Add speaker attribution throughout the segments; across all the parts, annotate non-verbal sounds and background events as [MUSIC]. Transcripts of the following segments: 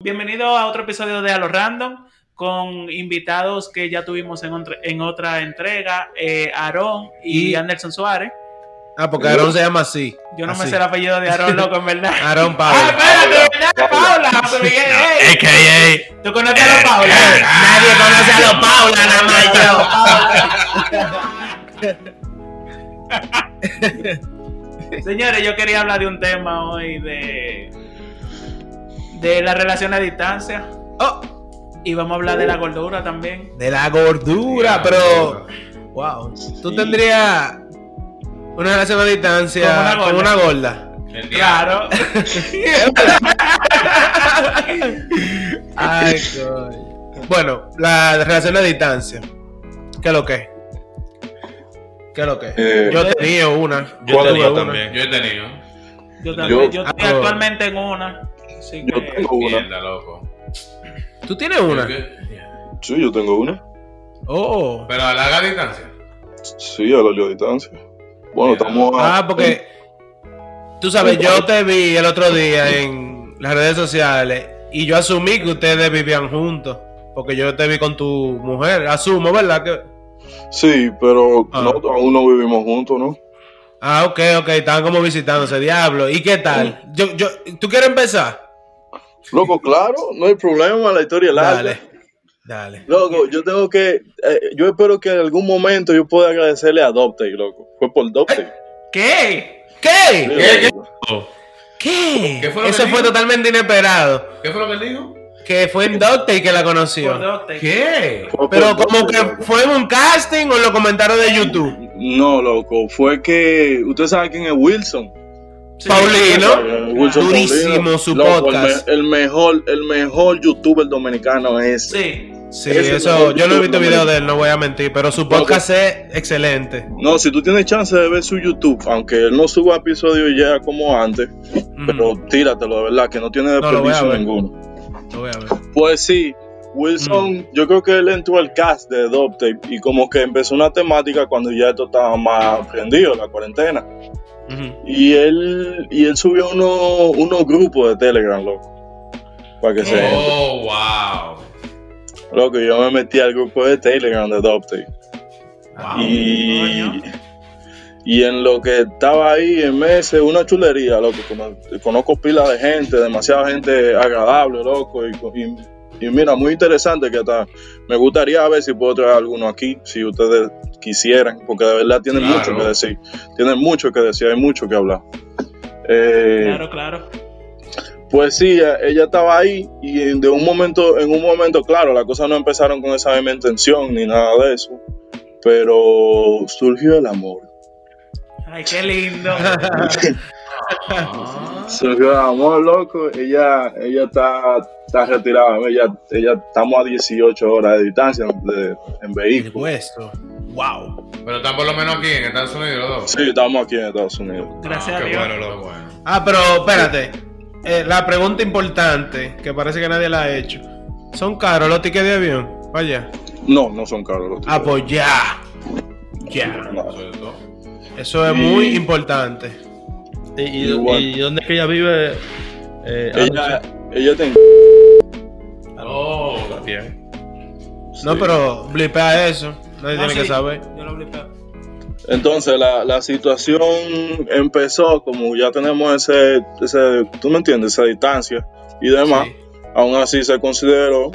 Speaker 1: bienvenido a otro episodio de A lo Random con invitados que ya tuvimos en, otra- en otra entrega, eh, Aarón y,
Speaker 2: Y-
Speaker 1: Anderson Suárez.
Speaker 2: Ah, porque Aarón se llama así.
Speaker 1: Yo no me
Speaker 2: Así.
Speaker 1: sé el apellido de Aarón, loco, en verdad.
Speaker 2: Aarón
Speaker 1: Ah,
Speaker 2: Pablo.
Speaker 1: espérate, ¿verdad, Paula? Pero, eh, eh,
Speaker 3: AKA.
Speaker 1: ¿Tú conoces a los Paula?
Speaker 2: eh, ah.
Speaker 3: Nadie conoce a los Paula, nada más yo.
Speaker 1: Señores, yo quería hablar de un tema hoy de, de la relación a distancia
Speaker 2: [LAUGHS] Oh,
Speaker 1: y vamos a hablar de la gordura también.
Speaker 2: de la gordura,
Speaker 3: Ya,
Speaker 2: pero. Wow. Tú tendrías una relación a distancia
Speaker 1: Con
Speaker 2: con
Speaker 1: una
Speaker 2: una gorda.
Speaker 3: El diablo.
Speaker 1: Claro. [LAUGHS]
Speaker 2: Ay, coño. Bueno, la relación a distancia. ¿Qué es lo que es? ¿Qué es lo que es?
Speaker 4: Eh,
Speaker 2: Yo tenía una.
Speaker 3: Yo he
Speaker 2: tuve
Speaker 3: tenido
Speaker 2: una.
Speaker 3: también. Yo he tenido.
Speaker 1: Yo también, yo
Speaker 4: Yo-
Speaker 1: estoy actualmente en una. Así
Speaker 4: Yo
Speaker 1: que,
Speaker 4: tengo una.
Speaker 3: Mierda, loco.
Speaker 2: ¿Tú tienes una?
Speaker 4: Sí, yo tengo una.
Speaker 2: Oh.
Speaker 3: Pero a larga distancia.
Speaker 4: Sí, a la larga distancia. Bueno,
Speaker 3: Ya.
Speaker 4: estamos a.
Speaker 2: Ah, porque. Tú sabes, yo te vi el otro día en las redes sociales y yo asumí que ustedes vivían juntos. Porque yo te vi con tu mujer. Asumo, ¿verdad? Que...
Speaker 4: Sí, pero
Speaker 2: Ah.
Speaker 4: no, aún no vivimos juntos, ¿no?
Speaker 2: Ah, ok, ok. Estaban como visitándose. Diablo. ¿Y qué tal? Yo, yo... ¿Tú quieres empezar? [LAUGHS]
Speaker 4: Loco, claro, no hay problema, la historia es larga.
Speaker 2: Dale. Dale.
Speaker 4: Loco, yo tengo que. eh, yo espero que en algún momento yo pueda agradecerle a Adopte, loco. Fue por Adopte.
Speaker 1: ¿Qué?
Speaker 2: ¿Qué?
Speaker 3: ¿Qué,
Speaker 2: ¿Qué?
Speaker 3: ¿Qué fue lo que
Speaker 2: Eso
Speaker 3: dijo?
Speaker 2: fue totalmente inesperado.
Speaker 3: ¿Qué fue lo que él dijo?
Speaker 2: Que fue en Doctor y que la conoció.
Speaker 1: Gordote.
Speaker 3: ¿Qué?
Speaker 2: Pero como que fue en un casting o en los comentarios de YouTube.
Speaker 4: No, loco, fue que. Usted sabe quién es Wilson.
Speaker 1: Sí.
Speaker 2: Paulino.
Speaker 4: Eh, Wilson
Speaker 2: Durísimo
Speaker 4: Paulino.
Speaker 2: su
Speaker 4: Loco, el
Speaker 2: podcast.
Speaker 4: me- El, mejor, el mejor youtuber dominicano es. ese.
Speaker 1: Sí.
Speaker 2: Sí,
Speaker 4: Ese
Speaker 2: eso.
Speaker 4: es
Speaker 2: Yo no he
Speaker 4: el
Speaker 2: visto
Speaker 4: nombre.
Speaker 2: video de él, no voy a mentir. Pero su podcast es excelente.
Speaker 4: No, si tú tienes chance de ver su YouTube, aunque él no suba episodios ya como antes, pero
Speaker 2: Ujú,
Speaker 4: tíratelo, de verdad, que no tiene
Speaker 2: No, lo voy a
Speaker 4: desperdicio
Speaker 2: ver.
Speaker 4: ninguno.
Speaker 2: Lo voy a ver.
Speaker 4: Pues sí, Wilson,
Speaker 2: Mm.
Speaker 4: yo creo que él entró al cast de Adopte y como que empezó una temática cuando ya esto estaba más prendido, la cuarentena.
Speaker 2: Ujú.
Speaker 4: Y él, y él subió uno- unos grupos de Telegram, loco. Para que se entre.
Speaker 3: Oh, wow.
Speaker 4: Loco, yo me metí al grupo de Telegram de Adopte.
Speaker 3: Wow.
Speaker 4: Y,
Speaker 1: Coño.
Speaker 4: y en lo que estaba ahí en meses, una chulería, loco. cono- Conozco pila de gente, demasiada gente agradable, loco. Y, y- y mira, muy interesante que está. Me gustaría ver si puedo traer alguno aquí, si ustedes quisieran, porque de verdad tienen
Speaker 3: Claro.
Speaker 4: mucho que decir. Tienen mucho que decir, hay mucho que hablar. Eh,
Speaker 1: Claro, claro.
Speaker 4: pues sí, eh, ella estaba ahí y en- de un momento, en un momento, claro, las cosas no empezaron con esa misma intención ni nada de eso, pero surgió el amor.
Speaker 1: Ay, qué lindo.
Speaker 3: Ah.
Speaker 4: Surgió el amor, loco. Ella, ella está, está retirada, ella, ella estamos a 18 horas de distancia de- en
Speaker 2: El
Speaker 4: vehículo.
Speaker 2: hueso. Wow.
Speaker 3: Pero están por lo menos aquí en Estados Unidos los dos.
Speaker 4: Sí, estamos aquí en Estados Unidos.
Speaker 1: Gracias
Speaker 3: Ah,
Speaker 1: a
Speaker 3: qué
Speaker 1: Dios.
Speaker 3: bueno, loco. Bueno.
Speaker 2: Ah, pero espérate. Eh, la pregunta importante, que parece que nadie la ha hecho. ¿Son caros los tickets de avión? Vaya.
Speaker 4: No, no son caros los
Speaker 2: Ah, pues ya.
Speaker 4: tickets, nada.
Speaker 3: Sobre todo.
Speaker 2: Eso es
Speaker 4: Y-
Speaker 2: muy importante.
Speaker 5: ¿Y, y,
Speaker 4: Igual.
Speaker 5: y dónde es que ella vive? Eh,
Speaker 4: Ella, ella te-
Speaker 3: Oh,
Speaker 5: bien.
Speaker 2: No,
Speaker 4: sí.
Speaker 2: pero blipea eso. Nadie
Speaker 1: No,
Speaker 2: tiene
Speaker 1: sí,
Speaker 2: que saber.
Speaker 1: Yo lo blipeo.
Speaker 4: Entonces la, la situación empezó como ya tenemos ese, ese, tú me entiendes, esa distancia y demás.
Speaker 2: Sí.
Speaker 4: Aún así se consideró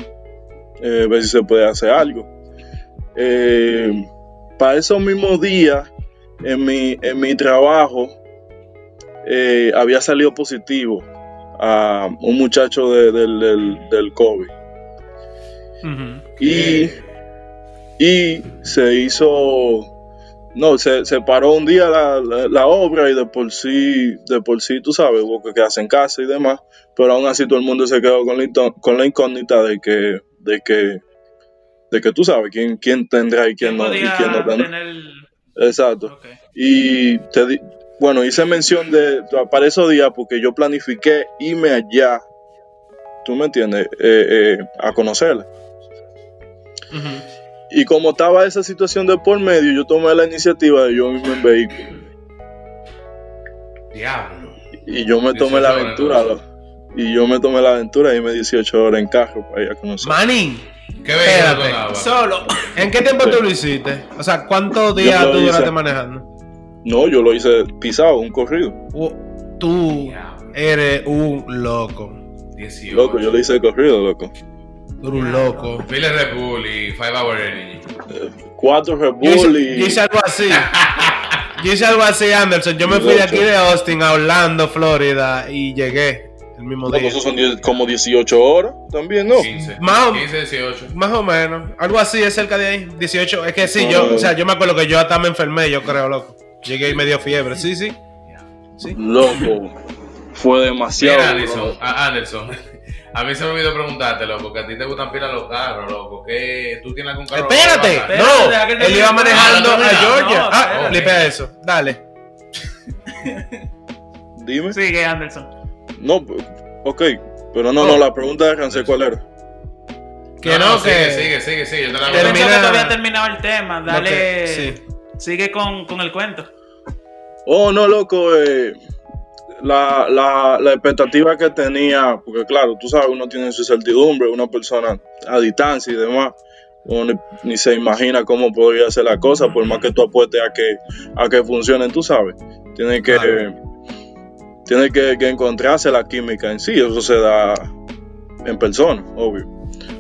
Speaker 4: eh, ver si se puede hacer algo. Eh, para esos mismos días, en mi, en mi trabajo, eh, había salido positivo a un muchacho de- del- del, del COVID.
Speaker 2: Ujú.
Speaker 4: Y, y se hizo. No, se, se paró un día la, la- la obra y de por sí, de por sí, tú sabes, hubo que quedarse en casa y demás. Pero aún así todo el mundo se quedó con la, into- con la incógnita de que, de que, de que tú sabes quién, quién tendrá y
Speaker 1: ¿Quién
Speaker 4: quién no, y
Speaker 1: podía
Speaker 4: quién no tendrá.
Speaker 1: tener...
Speaker 4: Exacto.
Speaker 1: Ok.
Speaker 4: Y te di- bueno, hice mención de para esos días porque yo planifiqué irme allá, tú me entiendes, Eh, eh, a conocerla.
Speaker 2: Ujú.
Speaker 4: Y como estaba esa situación de por medio, yo tomé la iniciativa de yo mismo en vehículo.
Speaker 3: diablo.
Speaker 4: Y yo me tomé
Speaker 3: 18
Speaker 4: la
Speaker 3: horas,
Speaker 4: aventura.
Speaker 3: ¿no?
Speaker 4: loco. Y yo me tomé la aventura y me 18 horas en carro para ir a conocer.
Speaker 2: Manín,
Speaker 3: Qué bello tú
Speaker 2: Espérate.
Speaker 3: andabas.
Speaker 1: Solo.
Speaker 2: ¿en qué tiempo tú lo hiciste? O sea, ¿cuántos días
Speaker 4: lo
Speaker 2: tú duraste
Speaker 4: hice.
Speaker 2: manejando?
Speaker 4: No, yo lo hice pisado, un corrido.
Speaker 2: U- Tú
Speaker 3: Diablo,
Speaker 2: eres un loco.
Speaker 3: 18.
Speaker 4: Loco, yo le hice corrido, loco.
Speaker 2: Tú eres un loco.
Speaker 3: Vile Red Bull y Five Hour Energy.
Speaker 4: Cuatro Red
Speaker 2: Yo hice,
Speaker 4: Bull y.
Speaker 2: yo hice algo así. Yo hice algo así, Anderson. Yo me fui de aquí de Austin a Orlando, Florida, y llegué el mismo
Speaker 4: Loco,
Speaker 2: día.
Speaker 4: eso son diez- como 18 horas también, ¿no?
Speaker 3: 15.
Speaker 2: Mao.
Speaker 3: 15, 18.
Speaker 2: Más o menos. Algo así es cerca de ahí. 18. Es que sí, yo, o sea, yo me acuerdo que yo hasta me enfermé, yo creo, loco. Llegué y me dio fiebre. Sí, sí.
Speaker 4: Loco, fue demasiado.
Speaker 3: Mira,
Speaker 4: bro.
Speaker 3: Anderson, a Anderson, a mí se me olvidó preguntártelo, porque a ti te gustan pila los carros, loco. ¿Qué? ¿Tú tienes algún carro?
Speaker 2: Espérate.
Speaker 3: bacán?
Speaker 1: Espérate, deja que
Speaker 2: no. Él
Speaker 1: termine.
Speaker 2: iba manejando
Speaker 3: Ah, no,
Speaker 2: a
Speaker 3: no,
Speaker 2: Georgia.
Speaker 1: no,
Speaker 2: ah,
Speaker 1: espérate.
Speaker 2: limpia eso. Dale.
Speaker 4: Dime.
Speaker 1: Sigue, Anderson.
Speaker 4: No, p- ok. Pero no,
Speaker 2: Oh.
Speaker 4: no, la pregunta de Rancé, ¿cuál era?
Speaker 2: Que no, que.
Speaker 3: Sigue, sigue, sigue, sigue. Yo te la hago.
Speaker 1: Yo pensaba
Speaker 2: Termina-
Speaker 1: que todavía terminado el tema.
Speaker 2: no,
Speaker 1: Dale.
Speaker 2: que- sí.
Speaker 1: Sigue con, con el cuento.
Speaker 4: Oh, no, loco, eh, la, la, la expectativa que tenía, porque claro, tú sabes, uno tiene su incertidumbre, una persona a distancia y demás, uno ni- ni se imagina cómo podría ser la cosa, por más que tú apuestes a que, a que funcionen, tú sabes, tiene que,
Speaker 2: Claro.
Speaker 4: eh, tiene que, que encontrarse la química en sí, eso se da en persona, obvio.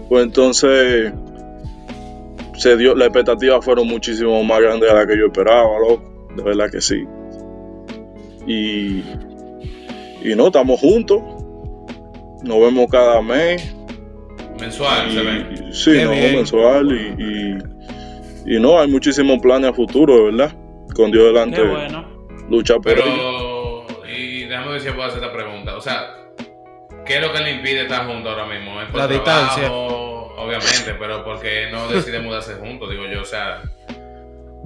Speaker 4: Pues entonces, se dio, las expectativas fueron muchísimo más grandes de las que yo esperaba, loco, de verdad que sí. Y, y no, estamos juntos. Nos vemos cada mes.
Speaker 3: Mensual, se ve.
Speaker 4: Y,
Speaker 2: Ah, Qué
Speaker 4: sí, nos vemos
Speaker 2: bien.
Speaker 4: mensual. Y, y, y no, hay muchísimos planes a futuro, ¿verdad? Con Dios delante,
Speaker 1: Qué bueno.
Speaker 4: luchar por ello.
Speaker 3: Pero, y déjame ver si puedo hacer esta pregunta. O sea, ¿qué es lo que le impide estar juntos ahora mismo? ¿Es por
Speaker 2: La
Speaker 3: trabajo,
Speaker 2: distancia.
Speaker 3: Obviamente, pero ¿por qué
Speaker 2: [LAUGHS]
Speaker 3: no deciden mudarse juntos? Digo yo, o sea.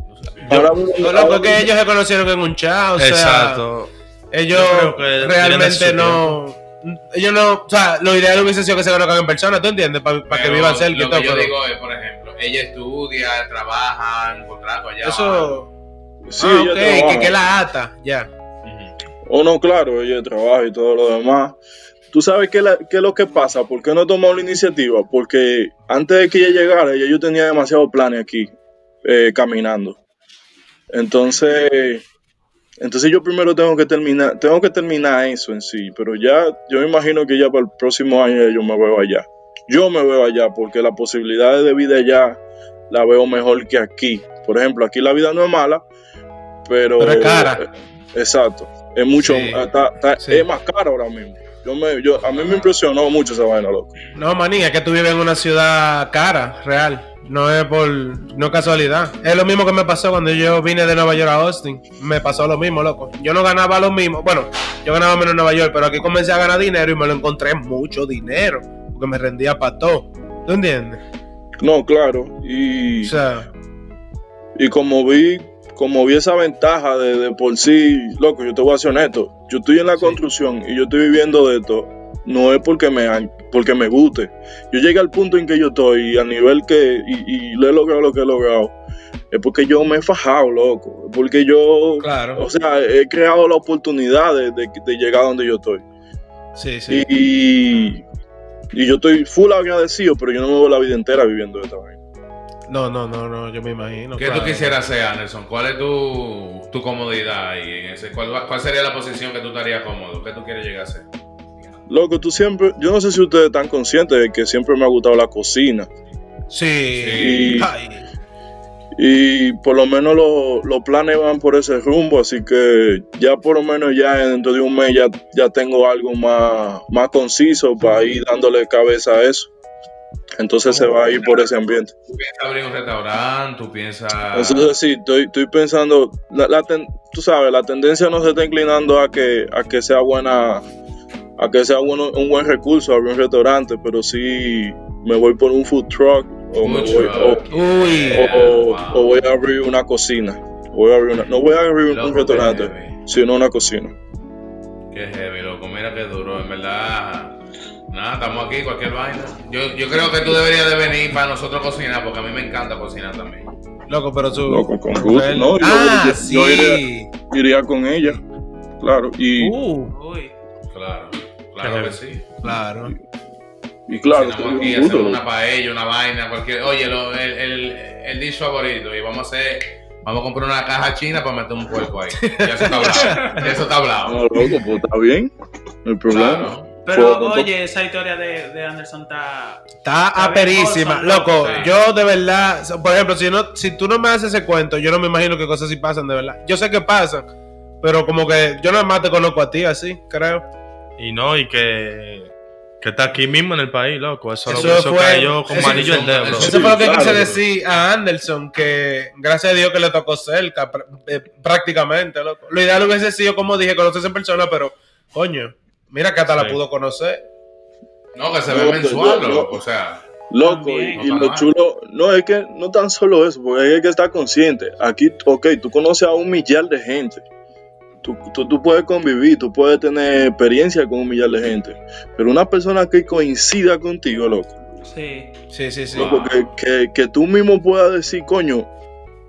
Speaker 3: no sé.
Speaker 4: Ahora mismo-
Speaker 2: No, loco,
Speaker 4: ahora
Speaker 2: es que
Speaker 4: mismo-
Speaker 2: ellos se conocieron en un chat, o sea.
Speaker 5: Exacto.
Speaker 2: Ellos
Speaker 5: Yo creo que
Speaker 2: realmente
Speaker 5: tienen
Speaker 2: no. Ellos no. O sea, lo ideal hubiese sido que se conozcan en persona, ¿tú entiendes? Para que
Speaker 3: Pero
Speaker 2: vivan cerca y
Speaker 3: Lo
Speaker 2: todo.
Speaker 3: que yo
Speaker 2: pero
Speaker 3: digo es, por ejemplo, ella estudia, trabaja, un contrato allá.
Speaker 2: Eso.
Speaker 4: Sí,
Speaker 2: ah,
Speaker 4: ella
Speaker 2: ok, que,
Speaker 4: trabaja.
Speaker 2: que la ata, ya.
Speaker 3: Ujú.
Speaker 4: O no, claro, ella trabaja y todo lo demás. Tú sabes qué, la- qué es lo que pasa, por qué no he tomado la iniciativa, porque antes de que ella llegara, ya yo tenía demasiados planes aquí, eh, caminando. Entonces, entonces yo primero tengo que terminar, tengo que terminar eso en sí, pero ya, yo me imagino que ya para el próximo año ya yo me veo allá. Yo me veo allá porque las posibilidades de vida allá la veo mejor que aquí. Por ejemplo, aquí la vida no es mala, pero...
Speaker 2: Pero es cara.
Speaker 4: Exacto. Es mucho, ah,
Speaker 2: Sí.
Speaker 4: está- está-
Speaker 2: Sí.
Speaker 4: es más caro ahora mismo. Yo me, yo, a mí me impresionó mucho esa vaina, loco.
Speaker 2: No, manín, es que tú vives en una ciudad cara, real. No es por. No es casualidad. Es lo mismo que me pasó cuando yo vine de Nueva York a Austin. Me pasó lo mismo, loco. Yo no ganaba lo mismo. Bueno, yo ganaba menos en Nueva York, pero aquí comencé a ganar dinero y me lo encontré mucho dinero. Porque me rendía para todo. ¿Tú entiendes?
Speaker 4: No, claro.
Speaker 2: O
Speaker 4: Y,
Speaker 2: sea,
Speaker 4: y como vi, como vi esa ventaja de, de por sí, loco, yo te voy a ser honesto. Yo estoy en la construcción y yo estoy viviendo de esto. No es porque me, han- porque me guste. Yo llegué al punto en que yo estoy y al nivel que y, y lo he logrado lo que he logrado. Es porque yo me he fajado, loco. Es porque yo,
Speaker 2: claro.
Speaker 4: o sea, he creado la oportunidad de- de- de llegar a donde yo estoy.
Speaker 2: Sí, sí.
Speaker 4: Y, y yo estoy full agradecido, pero yo no me veo la vida entera viviendo de esta vaina.
Speaker 2: No, no, no, no, yo me imagino.
Speaker 3: ¿Qué
Speaker 2: claro.
Speaker 3: tú quisieras hacer, Anderson? ¿Cuál es tu, tu comodidad ahí? En ese? ¿Cuál, va- ¿Cuál sería la posición que tú estarías cómodo? ¿Qué tú quieres llegar a hacer?
Speaker 4: Loco, tú siempre, yo no sé si ustedes están conscientes de que siempre me ha gustado la cocina.
Speaker 2: Sí.
Speaker 4: Y,
Speaker 2: Ay,
Speaker 4: y por lo menos lo- los planes van por ese rumbo, así que ya por lo menos ya dentro de un mes ya, ya tengo algo más, más conciso para ir dándole cabeza a eso. Entonces se va a ir por ese ambiente.
Speaker 3: ¿Tú piensas abrir un restaurante? ¿Tú piensas...?
Speaker 4: Entonces sí, estoy, estoy pensando, la, la ten- tú sabes, la tendencia no se está inclinando a que, a que sea buena, a que sea bueno, un buen recurso abrir un restaurante, pero sí me voy por un food truck o, me
Speaker 3: Mucho.
Speaker 4: voy, o-
Speaker 2: Uy.
Speaker 3: Yeah,
Speaker 4: o-
Speaker 3: wow.
Speaker 4: o voy a abrir una cocina. Voy a abrir una- no voy a abrir un,
Speaker 3: Loco, qué
Speaker 4: restaurante,
Speaker 3: heavy.
Speaker 4: sino una cocina.
Speaker 3: Qué heavy, loco. Mira qué duro, en verdad. Nada, estamos aquí, cualquier vaina. Yo, yo creo que tú deberías de venir para nosotros cocinar, porque a mí me encanta cocinar también.
Speaker 2: Loco, pero su.
Speaker 4: Loco, con gusto,
Speaker 2: él-
Speaker 4: no, yo-
Speaker 2: ah,
Speaker 4: yo- yo
Speaker 2: sí.
Speaker 4: iré- Iría con ella, claro. Y
Speaker 2: Uh,
Speaker 1: Uy.
Speaker 3: Claro. Claro que sí.
Speaker 2: Claro.
Speaker 4: Y claro,
Speaker 3: Cenamos Uh, aquí,
Speaker 4: estoy
Speaker 3: hacemos
Speaker 4: duro.
Speaker 3: una paella, una vaina, cualquier. Oye, lo- el, el, el dish favorito. Y vamos a hacer. Vamos a comprar una caja china para meter un
Speaker 2: [LAUGHS]
Speaker 3: puerco ahí. Ya eso está hablado. Ya eso está hablado.
Speaker 4: No, loco, pues está bien. No hay problema.
Speaker 3: Claro.
Speaker 1: Pero
Speaker 4: Fue-
Speaker 1: oye, esa historia de, de Anderson está.
Speaker 2: Está aperísima,
Speaker 1: Está bien,
Speaker 2: loco.
Speaker 3: sí.
Speaker 2: Yo de verdad, so- por ejemplo, si no, si tú no me haces ese cuento, yo no me imagino que cosas así pasan, de verdad. Yo sé que pasan, pero como que yo nada más te conozco a ti, así, creo.
Speaker 5: Y no, y que, que está aquí mismo en el país, loco. Eso,
Speaker 2: Eso
Speaker 5: eso
Speaker 2: fue-
Speaker 5: cayó con
Speaker 2: eso-
Speaker 5: manillo el dedo,
Speaker 3: eso-
Speaker 5: bro.
Speaker 2: Eso fue lo que
Speaker 4: claro,
Speaker 2: quise
Speaker 4: bro.
Speaker 2: decir a Anderson, que gracias a Dios que le tocó cerca, pr- eh, prácticamente, loco. Lo ideal hubiese sido, como dije, conocerse en persona, pero, coño, mira que hasta la
Speaker 5: Sí.
Speaker 2: pudo conocer.
Speaker 3: No, que se ve
Speaker 4: No,
Speaker 3: mensual,
Speaker 4: no, no.
Speaker 3: loco, O sea.
Speaker 4: Loco, y,
Speaker 1: También.
Speaker 4: y lo chulo, no es que no tan solo eso, porque hay que estar consciente. Aquí, ok, tú conoces a un millar de gente. Tú, tú, tú puedes convivir, tú puedes tener experiencia con un millar de gente. Pero una persona que coincida contigo, loco,
Speaker 1: Sí.
Speaker 2: Sí, sí, sí.
Speaker 4: loco, que, que- que tú mismo puedas decir, coño,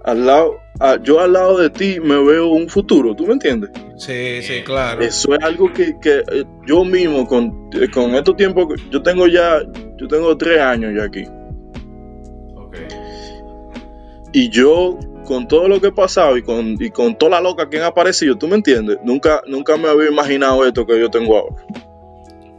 Speaker 4: al lado, a- yo al lado de ti me veo un futuro, ¿tú me entiendes?
Speaker 2: Sí, sí, claro.
Speaker 4: Eso es algo que, que, eh, yo mismo, con, eh, con estos tiempos, que- yo tengo ya, yo tengo tres años ya aquí.
Speaker 3: Ok.
Speaker 4: Y yo, con todo lo que he pasado y con, y con toda la loca que han aparecido, ¿tú me entiendes? Nunca, nunca me había imaginado esto que yo tengo ahora.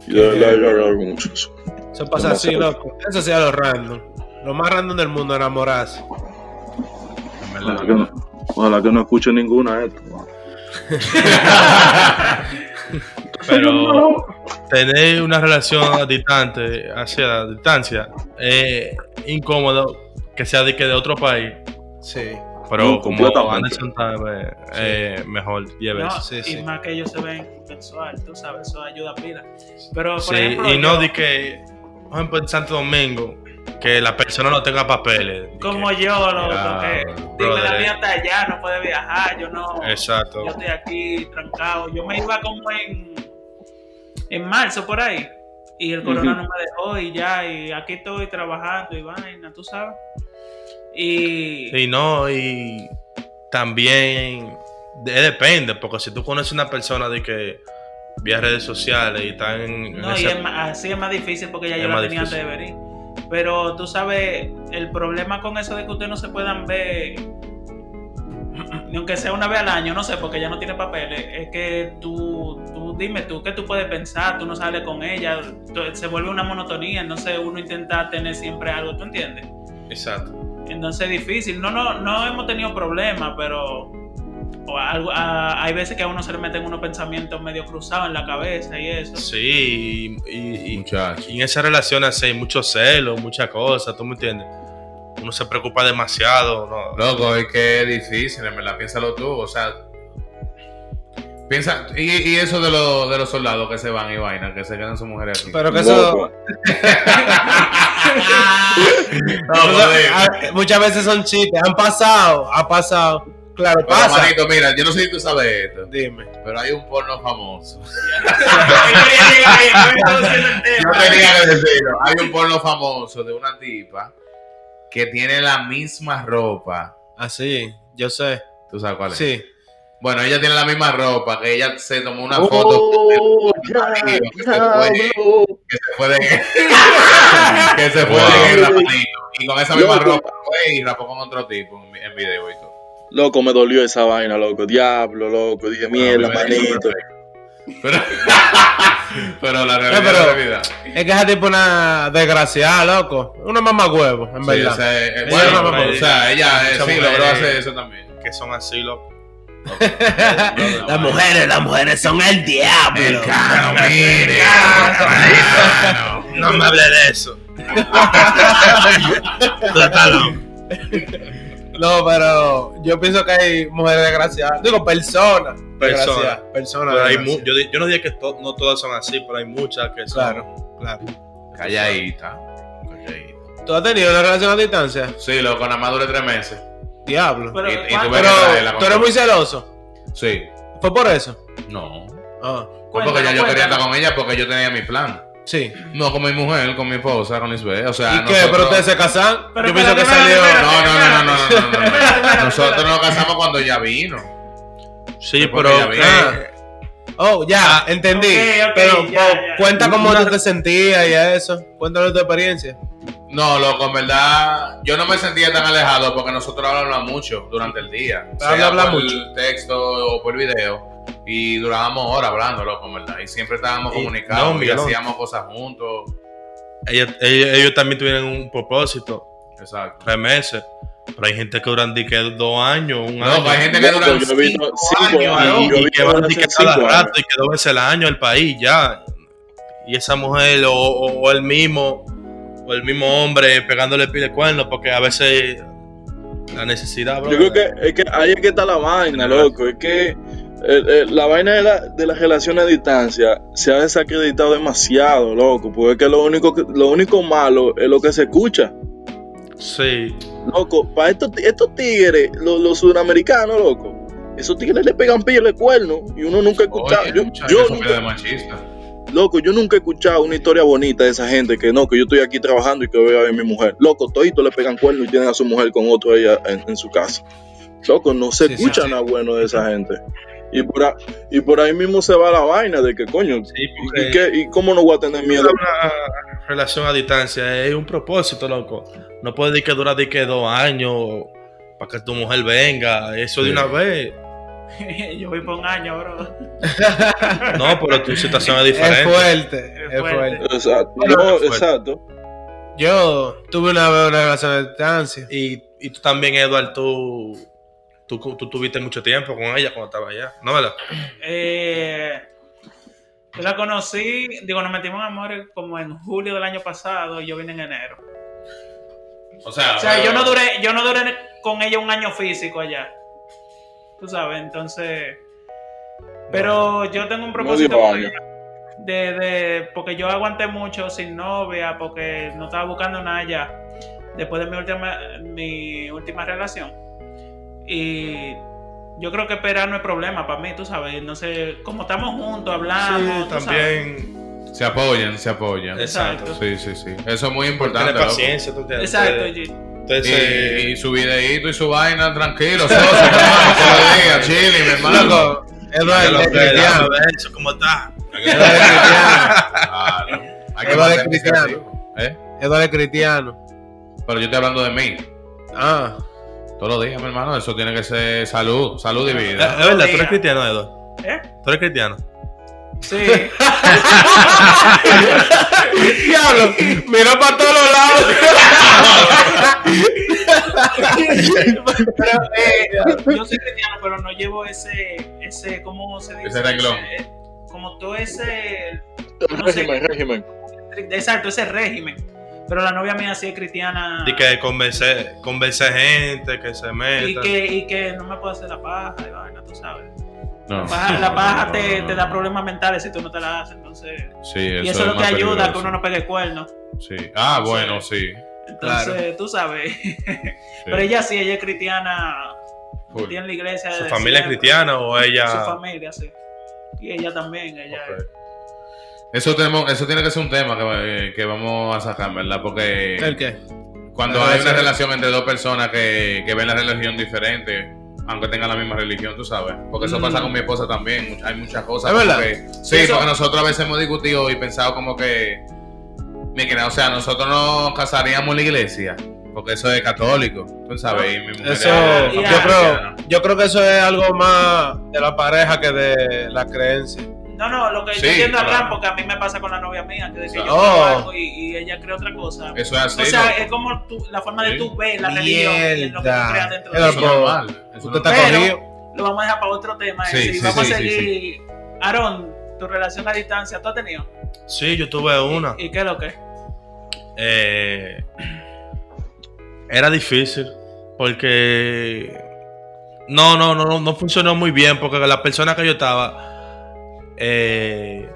Speaker 4: Y de verdad, yo agradezco mucho eso.
Speaker 2: Eso pasa así, loco. Eso sea lo random. Lo más random del mundo, enamorarse.
Speaker 3: En
Speaker 4: Ojalá que
Speaker 3: verdad.
Speaker 4: no, ojalá que no escuche ninguna de estas. ¿no?
Speaker 5: Pero tener una relación a distante, hacia la distancia, es incómodo que sea de, que de otro país.
Speaker 2: Sí.
Speaker 5: Pero
Speaker 4: No,
Speaker 5: como
Speaker 4: completamente.
Speaker 5: Anderson sabe, eh, mejor 10
Speaker 1: No,
Speaker 5: veces.
Speaker 2: sí,
Speaker 1: y
Speaker 2: sí.
Speaker 1: más que ellos se ven mensual, tú sabes, eso ayuda pila. Pero por
Speaker 5: Sí,
Speaker 1: ejemplo,
Speaker 5: y no
Speaker 1: yo,
Speaker 5: de que, por ejemplo, en Santo Domingo, que la persona no tenga papeles. de
Speaker 1: como
Speaker 5: que-
Speaker 1: yo, loco,
Speaker 3: Ya,
Speaker 1: que dime la
Speaker 5: brother. Eh,
Speaker 1: mía está allá, no puede viajar, yo no.
Speaker 5: Exacto.
Speaker 1: Yo estoy aquí trancado. Yo me iba como en, en marzo por ahí. Y el corona
Speaker 4: Ujú.
Speaker 1: no me dejó y ya, y aquí estoy trabajando y vaina, tú sabes. Y
Speaker 5: Y no, y también de- depende, porque si tú conoces una persona de que vía redes sociales y están en,
Speaker 1: No,
Speaker 5: en
Speaker 1: y
Speaker 5: ese-
Speaker 1: es más- así es más difícil porque ya
Speaker 5: Es
Speaker 1: yo la
Speaker 5: más
Speaker 1: tenía
Speaker 5: difícil.
Speaker 1: antes de venir. Pero tú sabes, el problema con eso de que ustedes no se puedan ver, ni aunque sea una vez al año, no sé, porque ya no tiene papeles, es que tú, tú dime tú, ¿qué tú puedes pensar? Tú no sales con ella, tú- se vuelve una monotonía, entonces uno intenta tener siempre algo, ¿tú entiendes?
Speaker 5: Exacto.
Speaker 1: Entonces es difícil. No, no, no hemos tenido problemas, pero o algo- a- hay veces que a uno se le meten unos pensamientos medio cruzados en la cabeza y eso.
Speaker 5: Sí, y, y- y-
Speaker 3: Muchacho.
Speaker 5: y en esas relaciones hay mucho celo, muchas cosas, ¿tú me entiendes? Uno se preocupa demasiado, ¿no?
Speaker 3: Loco, es que es difícil, en verdad, piénsalo tú, o sea. Piensa, y, y eso de, los de los soldados que se van y vaina, que se quedan sus mujeres aquí.
Speaker 2: Pero que eso. [LAUGHS]
Speaker 4: Loco.
Speaker 2: eso-
Speaker 3: pero digo.
Speaker 2: ah, muchas veces son chistes. Han pasado, ha pasado. Claro,
Speaker 3: Pero,
Speaker 2: pasa.
Speaker 3: manito, mira, yo no sé si tú sabes esto,
Speaker 2: Dime.
Speaker 3: pero hay un porno famoso. Yo
Speaker 1: Entonces,
Speaker 3: tenía que decirlo. Hay un porno famoso de una tipa que tiene la misma ropa.
Speaker 2: Así, Ah, yo sé.
Speaker 3: ¿Tú sabes cuál es?
Speaker 2: Sí.
Speaker 3: Bueno, ella tiene la misma ropa, que ella se tomó una foto
Speaker 4: Oh,
Speaker 3: marido, que se
Speaker 4: ya,
Speaker 3: puede-
Speaker 4: diablo.
Speaker 3: que se
Speaker 2: [LAUGHS]
Speaker 3: fue de que se fue de guerra, manito. Y con esa misma
Speaker 4: Loco.
Speaker 3: ropa fue y rapó con otro tipo en, en video y todo.
Speaker 4: Loco, me dolió esa vaina, loco. Diablo, loco. Dije, mierda,
Speaker 3: Bueno, a mí me
Speaker 4: manito.
Speaker 3: hizo perfecto. Pero, pero la
Speaker 2: Eh,
Speaker 3: realidad
Speaker 2: pero-
Speaker 3: es la realidad.
Speaker 2: Es que esa tipo una desgraciada, loco. Una mamá huevo, en
Speaker 3: Sí,
Speaker 2: verdad.
Speaker 3: o sea, eh,
Speaker 2: Ella
Speaker 3: bueno,
Speaker 2: no me
Speaker 3: o sea, ella eh,
Speaker 5: Muchas
Speaker 3: sí logró
Speaker 5: mujeres-
Speaker 3: hacer eso
Speaker 2: [LAUGHS]
Speaker 3: también.
Speaker 5: Que son así, loco.
Speaker 3: Las
Speaker 2: mujeres, las mujeres son el diablo.
Speaker 3: Claro,
Speaker 2: [LAUGHS]
Speaker 3: mire. Claro.
Speaker 5: No me hable de eso.
Speaker 2: No, pero yo pienso que hay mujeres desgraciadas. Digo, personas. Desgraciadas. Personas.
Speaker 5: Pero hay mu-
Speaker 2: desgraciadas.
Speaker 5: yo, di- yo no diría que to- no todas son así, pero hay muchas que son.
Speaker 2: Claro, claro.
Speaker 3: Calladita. Calladita.
Speaker 2: ¿Tú has tenido una relación a distancia?
Speaker 3: Sí, loco, nada más duré tres meses.
Speaker 2: Diablo.
Speaker 1: Pero,
Speaker 3: Y- y
Speaker 1: ¿cuál-
Speaker 3: tú ves-
Speaker 2: Pero
Speaker 3: Bueno,
Speaker 2: tú eres muy celoso.
Speaker 3: Sí.
Speaker 2: ¿Fue por eso?
Speaker 3: No.
Speaker 2: Ah,
Speaker 3: Fue porque ya
Speaker 1: cuéntame,
Speaker 3: yo quería
Speaker 1: cuéntame.
Speaker 3: estar con ella porque yo tenía mi plan.
Speaker 2: sí.
Speaker 3: No con mi mujer, con mi esposa, con Isabel. O sea,
Speaker 2: ¿Y qué? ¿Pero
Speaker 3: nosotros-
Speaker 2: ustedes se casan?
Speaker 1: Pero
Speaker 2: yo pienso que
Speaker 1: espérate,
Speaker 2: salió...
Speaker 1: espérate,
Speaker 3: No, no, no, no, no, no, no,
Speaker 1: Espérate,
Speaker 3: no.
Speaker 1: espérate,
Speaker 3: Nosotros
Speaker 1: espérate.
Speaker 3: nos casamos cuando ya vino.
Speaker 5: Sí,
Speaker 3: Después
Speaker 5: pero
Speaker 3: que ella
Speaker 5: eh,
Speaker 2: Oh, ya, entendí.
Speaker 1: ok, ok, ya,
Speaker 2: Pero po,
Speaker 1: ya.
Speaker 2: cuenta cómo
Speaker 5: Una-
Speaker 2: tú te sentías y eso. Cuéntanos tu experiencia.
Speaker 3: No, loco, en verdad, yo no me sentía tan alejado porque nosotros hablábamos mucho durante el día.
Speaker 2: Habla, habla
Speaker 3: por
Speaker 2: mucho.
Speaker 3: texto o por video. Y durábamos horas hablando, loco, en verdad. Y siempre estábamos
Speaker 5: Y-
Speaker 3: comunicados
Speaker 5: no,
Speaker 3: y
Speaker 5: Miguelón.
Speaker 3: hacíamos cosas juntos.
Speaker 5: Ella- ellos, ellos también tuvieron un propósito,
Speaker 3: Exacto.
Speaker 5: tres meses. Pero hay gente que duran di que dos años, un año.
Speaker 3: Loco, hay gente que
Speaker 4: Loco,
Speaker 3: dura
Speaker 4: yo he visto
Speaker 3: cinco
Speaker 4: cinco
Speaker 3: años,
Speaker 4: años.
Speaker 3: loco.
Speaker 5: y,
Speaker 4: Yo vi
Speaker 5: y que
Speaker 4: que
Speaker 5: van
Speaker 4: van
Speaker 5: di
Speaker 4: a
Speaker 5: que
Speaker 4: ser
Speaker 5: cada
Speaker 4: cinco
Speaker 5: rato
Speaker 4: años.
Speaker 5: y que dos veces al año al país, ya. Y esa mujer o, o- o el mismo o el mismo hombre pegándole pile cuerno porque a veces la necesidad, bro.
Speaker 4: Yo creo que, es que ahí es que está la vaina, loco. Es que eh, eh, la vaina de, la- de las relaciones a distancia se ha desacreditado demasiado, loco. Porque es que lo único, que- lo único malo es lo que se escucha.
Speaker 5: Sí.
Speaker 4: Loco, para estos, ti- estos tigres, los, los sudamericanos, loco, esos tigres le pegan pillo de cuerno y uno nunca ha escuchado.
Speaker 3: Oye,
Speaker 4: yo,
Speaker 3: muchacho,
Speaker 4: yo
Speaker 3: eso
Speaker 4: nunca-
Speaker 3: fue de machista.
Speaker 4: loco, yo nunca he escuchado una historia bonita de esa gente que no, que yo estoy aquí trabajando y que voy a ver a mi mujer. Loco, todito le pegan cuerno y tienen a su mujer con otro ella en, en su casa. Loco, no
Speaker 2: Sí,
Speaker 4: se
Speaker 2: sí,
Speaker 4: escucha
Speaker 2: sí.
Speaker 4: nada bueno de esa gente. Y por, a- y por ahí mismo se va la vaina de que, coño,
Speaker 5: Sí,
Speaker 4: ¿y,
Speaker 5: porque
Speaker 4: qué- y cómo no voy a tener miedo?
Speaker 5: una relación a distancia es un propósito, loco. No puede decir que dura di que dos años para que tu mujer venga, eso de
Speaker 3: Sí.
Speaker 5: una vez.
Speaker 1: Yo voy por un año, bro.
Speaker 5: No, pero tu situación es
Speaker 2: Es
Speaker 5: diferente.
Speaker 2: fuerte,
Speaker 1: Es
Speaker 2: es fuerte.
Speaker 4: Exacto.
Speaker 5: Bueno,
Speaker 4: No,
Speaker 5: fuerte.
Speaker 4: exacto.
Speaker 2: Yo tuve una vez una relación a distancia.
Speaker 5: Y, y tú también, Eduard, tú, tú, tú tuviste mucho tiempo con ella cuando estaba allá, ¿no, verdad?
Speaker 1: Eh, yo la conocí, digo, nos metimos en amor como en julio del año pasado y yo vine en enero.
Speaker 3: O sea,
Speaker 1: O sea,
Speaker 3: pero-
Speaker 1: yo no duré, yo no duré con ella un año físico allá. Tú sabes, entonces. Pero yo tengo un propósito
Speaker 4: dio
Speaker 1: con
Speaker 4: año.
Speaker 1: ella de, de- porque yo aguanté mucho sin novia, porque no estaba buscando nada allá. Después de mi última, mi última relación. Y yo creo que esperar no es problema para mí, tú sabes. Entonces, como estamos juntos, hablamos.
Speaker 5: sí,
Speaker 1: Ah, tú sabes.
Speaker 5: también.
Speaker 3: Se apoyan, se apoyan.
Speaker 1: Exacto.
Speaker 3: Sí, sí, sí. Eso es muy importante.
Speaker 5: Tener
Speaker 3: loco.
Speaker 5: paciencia, tú tienes-
Speaker 1: Exacto,
Speaker 5: ustedes-
Speaker 1: G.
Speaker 5: ustedes,
Speaker 3: Y,
Speaker 5: eh,
Speaker 3: y su videíto y su vaina, tranquilo. socio, [LAUGHS] hermano, se lo diga, chile, mi hermano.
Speaker 2: Loco,
Speaker 5: ya
Speaker 2: Eduardo,
Speaker 5: lo
Speaker 2: es
Speaker 5: sé, ya
Speaker 2: cristiano.
Speaker 5: lo he hecho, ¿cómo está?
Speaker 2: Eduardo es cristiano.
Speaker 3: Claro. Hay que
Speaker 2: Eduardo es
Speaker 3: mantenerse
Speaker 2: cristiano.
Speaker 3: así, ¿eh?
Speaker 2: Eduardo es cristiano.
Speaker 3: Pero yo estoy hablando de mí.
Speaker 2: Ah,
Speaker 3: Todos los días, mi hermano. Eso tiene que ser salud, salud y
Speaker 5: Es
Speaker 3: vida.
Speaker 5: verdad, Eh, tú eres
Speaker 1: Diga.
Speaker 5: cristiano, Eduardo.
Speaker 1: ¿Eh?
Speaker 5: Tú eres cristiano.
Speaker 1: Sí.
Speaker 2: diablo, miró para todos los lados.
Speaker 1: Pero, eh, [LAUGHS] yo soy cristiano, pero no llevo ese, ese, ¿cómo se dice?
Speaker 3: Ese renglón.
Speaker 1: Ese- eh, como todo ese, No sé.
Speaker 4: Régimen, régimen.
Speaker 1: exacto, ese régimen. Pero la novia mía sí es cristiana.
Speaker 5: Y que convencer, convencer gente que se
Speaker 1: y
Speaker 5: meta.
Speaker 1: que, y que no me puedo hacer la paja, y vaina, tú sabes.
Speaker 3: No.
Speaker 1: La
Speaker 3: [LAUGHS]
Speaker 1: paja, la paja te,
Speaker 3: No,
Speaker 1: te
Speaker 3: no,
Speaker 1: da
Speaker 3: no.
Speaker 1: problemas mentales si tú no te la haces, entonces.
Speaker 3: Sí,
Speaker 1: y eso es lo que
Speaker 3: más
Speaker 1: ayuda, que
Speaker 3: peligroso.
Speaker 1: uno no pegue cuernos.
Speaker 3: Sí. Ah, bueno, sí.
Speaker 1: Entonces, tú sabes.
Speaker 3: sí.
Speaker 1: Pero ella sí, ella es cristiana,
Speaker 3: Full.
Speaker 1: tiene la iglesia.
Speaker 5: ¿Su
Speaker 1: desde
Speaker 5: familia es
Speaker 1: siempre.
Speaker 5: cristiana o
Speaker 1: Su
Speaker 5: ella?
Speaker 1: familia, sí. Y ella también, ella.
Speaker 3: Ok. Eso, tenemos, eso tiene que ser un tema que, que vamos a sacar, ¿verdad? Porque
Speaker 2: ¿El qué?
Speaker 3: Cuando
Speaker 2: La
Speaker 3: hay una
Speaker 2: relación.
Speaker 3: relación entre dos personas que, que ven la religión diferente, aunque tengan la misma religión, tú sabes. Porque eso
Speaker 2: Mm.
Speaker 3: pasa con mi esposa también. much- Hay muchas cosas.
Speaker 2: ¿Es verdad?
Speaker 3: porque- sí,
Speaker 1: Eso-
Speaker 3: porque nosotros a veces hemos discutido y pensado como que. Mi querida, o sea, nosotros nos casaríamos en la iglesia. Porque eso es católico, tú sabes. Y mi mujer
Speaker 2: Eso,
Speaker 3: es-
Speaker 1: Ya,
Speaker 2: yo creo, yo creo que eso es algo más de la pareja que de la creencia.
Speaker 1: No, no, lo que
Speaker 3: Sí,
Speaker 1: yo entiendo
Speaker 3: claro.
Speaker 1: a Abraham, porque a mí me pasa con la novia mía, que de que yo
Speaker 2: Oh.
Speaker 1: creo algo y, y ella cree otra cosa.
Speaker 3: Eso es así.
Speaker 1: o sea,
Speaker 3: loco.
Speaker 1: es como tú- la forma de
Speaker 3: Sí.
Speaker 1: tú ver la religión y en lo que tú
Speaker 2: Mierda.
Speaker 1: creas dentro
Speaker 2: Era
Speaker 1: de
Speaker 3: Eso es
Speaker 1: ella.
Speaker 2: loco.
Speaker 3: normal. eso es
Speaker 2: Usted está
Speaker 3: normal.
Speaker 1: Pero-
Speaker 2: cogido.
Speaker 1: Lo vamos a dejar para otro tema.
Speaker 3: Sí,
Speaker 1: eh, y
Speaker 3: sí,
Speaker 1: vamos
Speaker 3: sí,
Speaker 1: a
Speaker 3: sí,
Speaker 1: seguir. Aaron, tu relación a distancia, ¿tú has tenido?
Speaker 5: Sí, yo tuve una.
Speaker 1: ¿Y qué es lo que?
Speaker 5: Eh, [CLEARS THROAT] era difícil porque no, no, no, no, no funcionó muy bien porque la persona que yo estaba eh,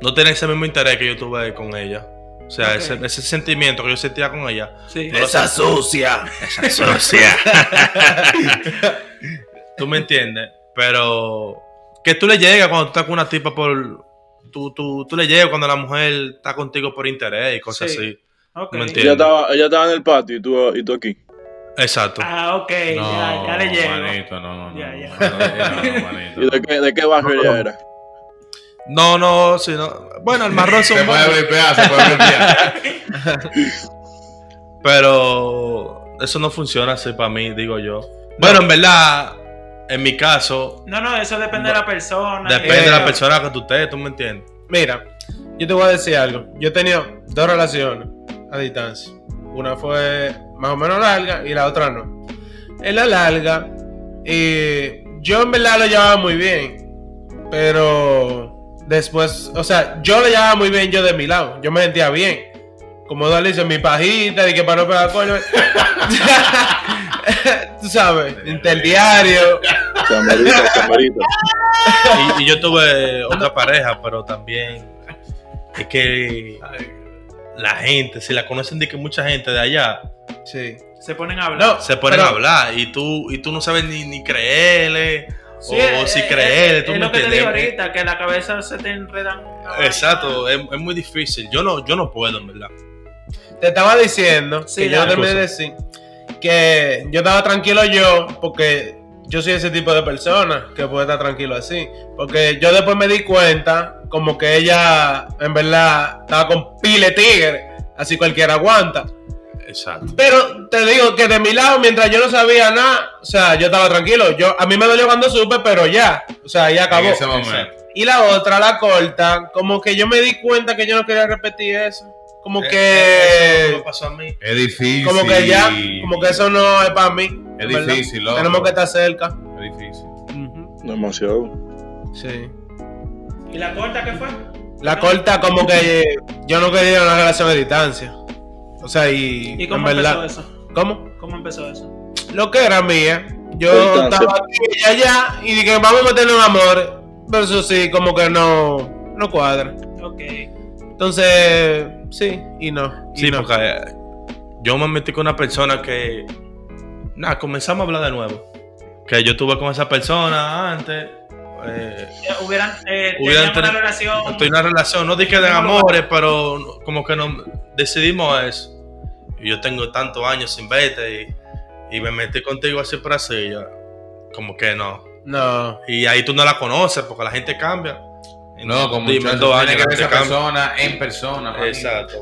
Speaker 5: no tenía ese mismo interés que yo tuve con ella. O sea,
Speaker 1: Ok.
Speaker 5: ese, ese sentimiento que yo sentía con ella.
Speaker 1: [LAUGHS] Sí.
Speaker 5: No lo Esa
Speaker 2: sucia.
Speaker 5: Esa sucia. [LAUGHS] tú me entiendes, pero que tú le llegas cuando tú estás con una tipa por... Tú, tú, tú le llegas cuando la mujer está contigo por interés y cosas
Speaker 1: Sí.
Speaker 5: así.
Speaker 1: Ok.
Speaker 5: no entiendo.
Speaker 4: Ella estaba, ella estaba en el patio y tú, y tú aquí.
Speaker 5: Exacto.
Speaker 1: Ah, ok, ya,
Speaker 3: No,
Speaker 1: ya le llego.
Speaker 3: manito, no, no, no,
Speaker 1: Ya, ya.
Speaker 3: no, no, no,
Speaker 4: [LAUGHS]
Speaker 3: manito,
Speaker 4: ¿Y de
Speaker 2: [LAUGHS]
Speaker 3: no.
Speaker 4: qué, de qué barrio ella era?
Speaker 5: No, no, sí, no. Bueno, el marrón son
Speaker 3: [LAUGHS] Se puede
Speaker 5: buenos,
Speaker 3: blipear, se puede blipear.
Speaker 5: pero eso no funciona así para mí, digo yo. Bueno, en verdad, en mi caso,
Speaker 1: No, no, eso depende de la persona.
Speaker 5: depende de
Speaker 1: Eh,
Speaker 5: la persona que tú estés, tú me entiendes.
Speaker 2: Mira, yo te voy a decir algo. Yo he tenido dos relaciones a distancia. Una fue más o menos larga y la otra no. En la larga, eh, yo en verdad lo llevaba muy bien. Pero después, o sea, yo lo llevaba muy bien yo de mi lado. Yo me sentía bien. Como Dale dice, mi pajita, y que para no pegar coño. [LAUGHS] Tú sabes, interdiario.
Speaker 4: Se amerita, se amerita.
Speaker 5: Y, y yo tuve
Speaker 2: [LAUGHS]
Speaker 5: otra pareja, pero también es que la gente, si la conocen de que mucha gente de allá,
Speaker 2: Sí.
Speaker 1: Se ponen a hablar.
Speaker 2: No,
Speaker 5: se ponen
Speaker 2: pero-
Speaker 5: a hablar y tú, y tú no sabes ni, ni creerle
Speaker 1: Sí,
Speaker 5: o,
Speaker 1: eh,
Speaker 5: si
Speaker 1: eh,
Speaker 5: creerle,
Speaker 1: eh,
Speaker 5: tú
Speaker 1: es
Speaker 5: me
Speaker 1: lo que te digo
Speaker 5: entiendes.
Speaker 1: ahorita, que la cabeza se te enredan.
Speaker 5: Exacto, es, es muy difícil. Yo no, yo no puedo, en verdad.
Speaker 2: te estaba diciendo
Speaker 1: Sí,
Speaker 2: que
Speaker 1: la-
Speaker 2: yo terminé de decir que yo estaba tranquilo yo porque yo soy ese tipo de persona que puede estar tranquilo así. Porque yo después me di cuenta como que ella en verdad estaba con pile tigre, así cualquiera aguanta.
Speaker 5: Exacto.
Speaker 2: Pero te digo que de mi lado, mientras yo no sabía nada, o sea, yo estaba tranquilo. Yo, a mí me dolió cuando supe, pero ya, o sea, ya
Speaker 3: En
Speaker 2: acabó.
Speaker 3: ese momento.
Speaker 2: Y la otra, la corta, como que yo me di cuenta que yo no quería repetir eso. Como
Speaker 5: Eh,
Speaker 2: que...
Speaker 5: eso me pasó a mí.
Speaker 3: Es difícil.
Speaker 2: Como que ya, como que eso no es para mí.
Speaker 3: Es
Speaker 2: ¿verdad?
Speaker 3: difícil, loco.
Speaker 2: Tenemos que estar cerca.
Speaker 3: Es difícil.
Speaker 4: Demasiado.
Speaker 2: Sí.
Speaker 1: ¿Y la corta qué fue?
Speaker 2: La corta como que eh, yo no quería una relación a distancia. O sea, y,
Speaker 1: ¿Y cómo
Speaker 2: en
Speaker 1: empezó
Speaker 2: verdad.
Speaker 1: eso?
Speaker 2: ¿Cómo?
Speaker 1: ¿Cómo empezó eso?
Speaker 2: Lo que era mía. Yo
Speaker 4: Distancia.
Speaker 2: estaba aquí y allá y dije, vamos a meterle un amor. Pero eso sí, como que no, no cuadra.
Speaker 1: Ok.
Speaker 2: Entonces, sí y no. y
Speaker 5: Sí,
Speaker 2: no.
Speaker 5: porque eh, yo me metí con una persona que. Nada, comenzamos a hablar de nuevo. Que yo estuve con esa persona antes. eh,
Speaker 1: Ya Hubieran, eh,
Speaker 5: Hubieran
Speaker 1: tenían una
Speaker 5: teni-
Speaker 1: relación.
Speaker 5: estoy en una relación, no dije de amores, pero no- como que no, decidimos eso. Y yo tengo tantos años sin verte y, y me metí contigo así por así. ya, como que no.
Speaker 2: No.
Speaker 5: Y ahí tú no la conoces porque la gente cambia.
Speaker 3: No, como
Speaker 5: Dime,
Speaker 3: muchachos,
Speaker 5: en dos
Speaker 3: tiene
Speaker 5: años
Speaker 3: que
Speaker 5: la
Speaker 3: ver esa
Speaker 5: gente cambia.
Speaker 3: persona en persona. manito.
Speaker 5: Exacto.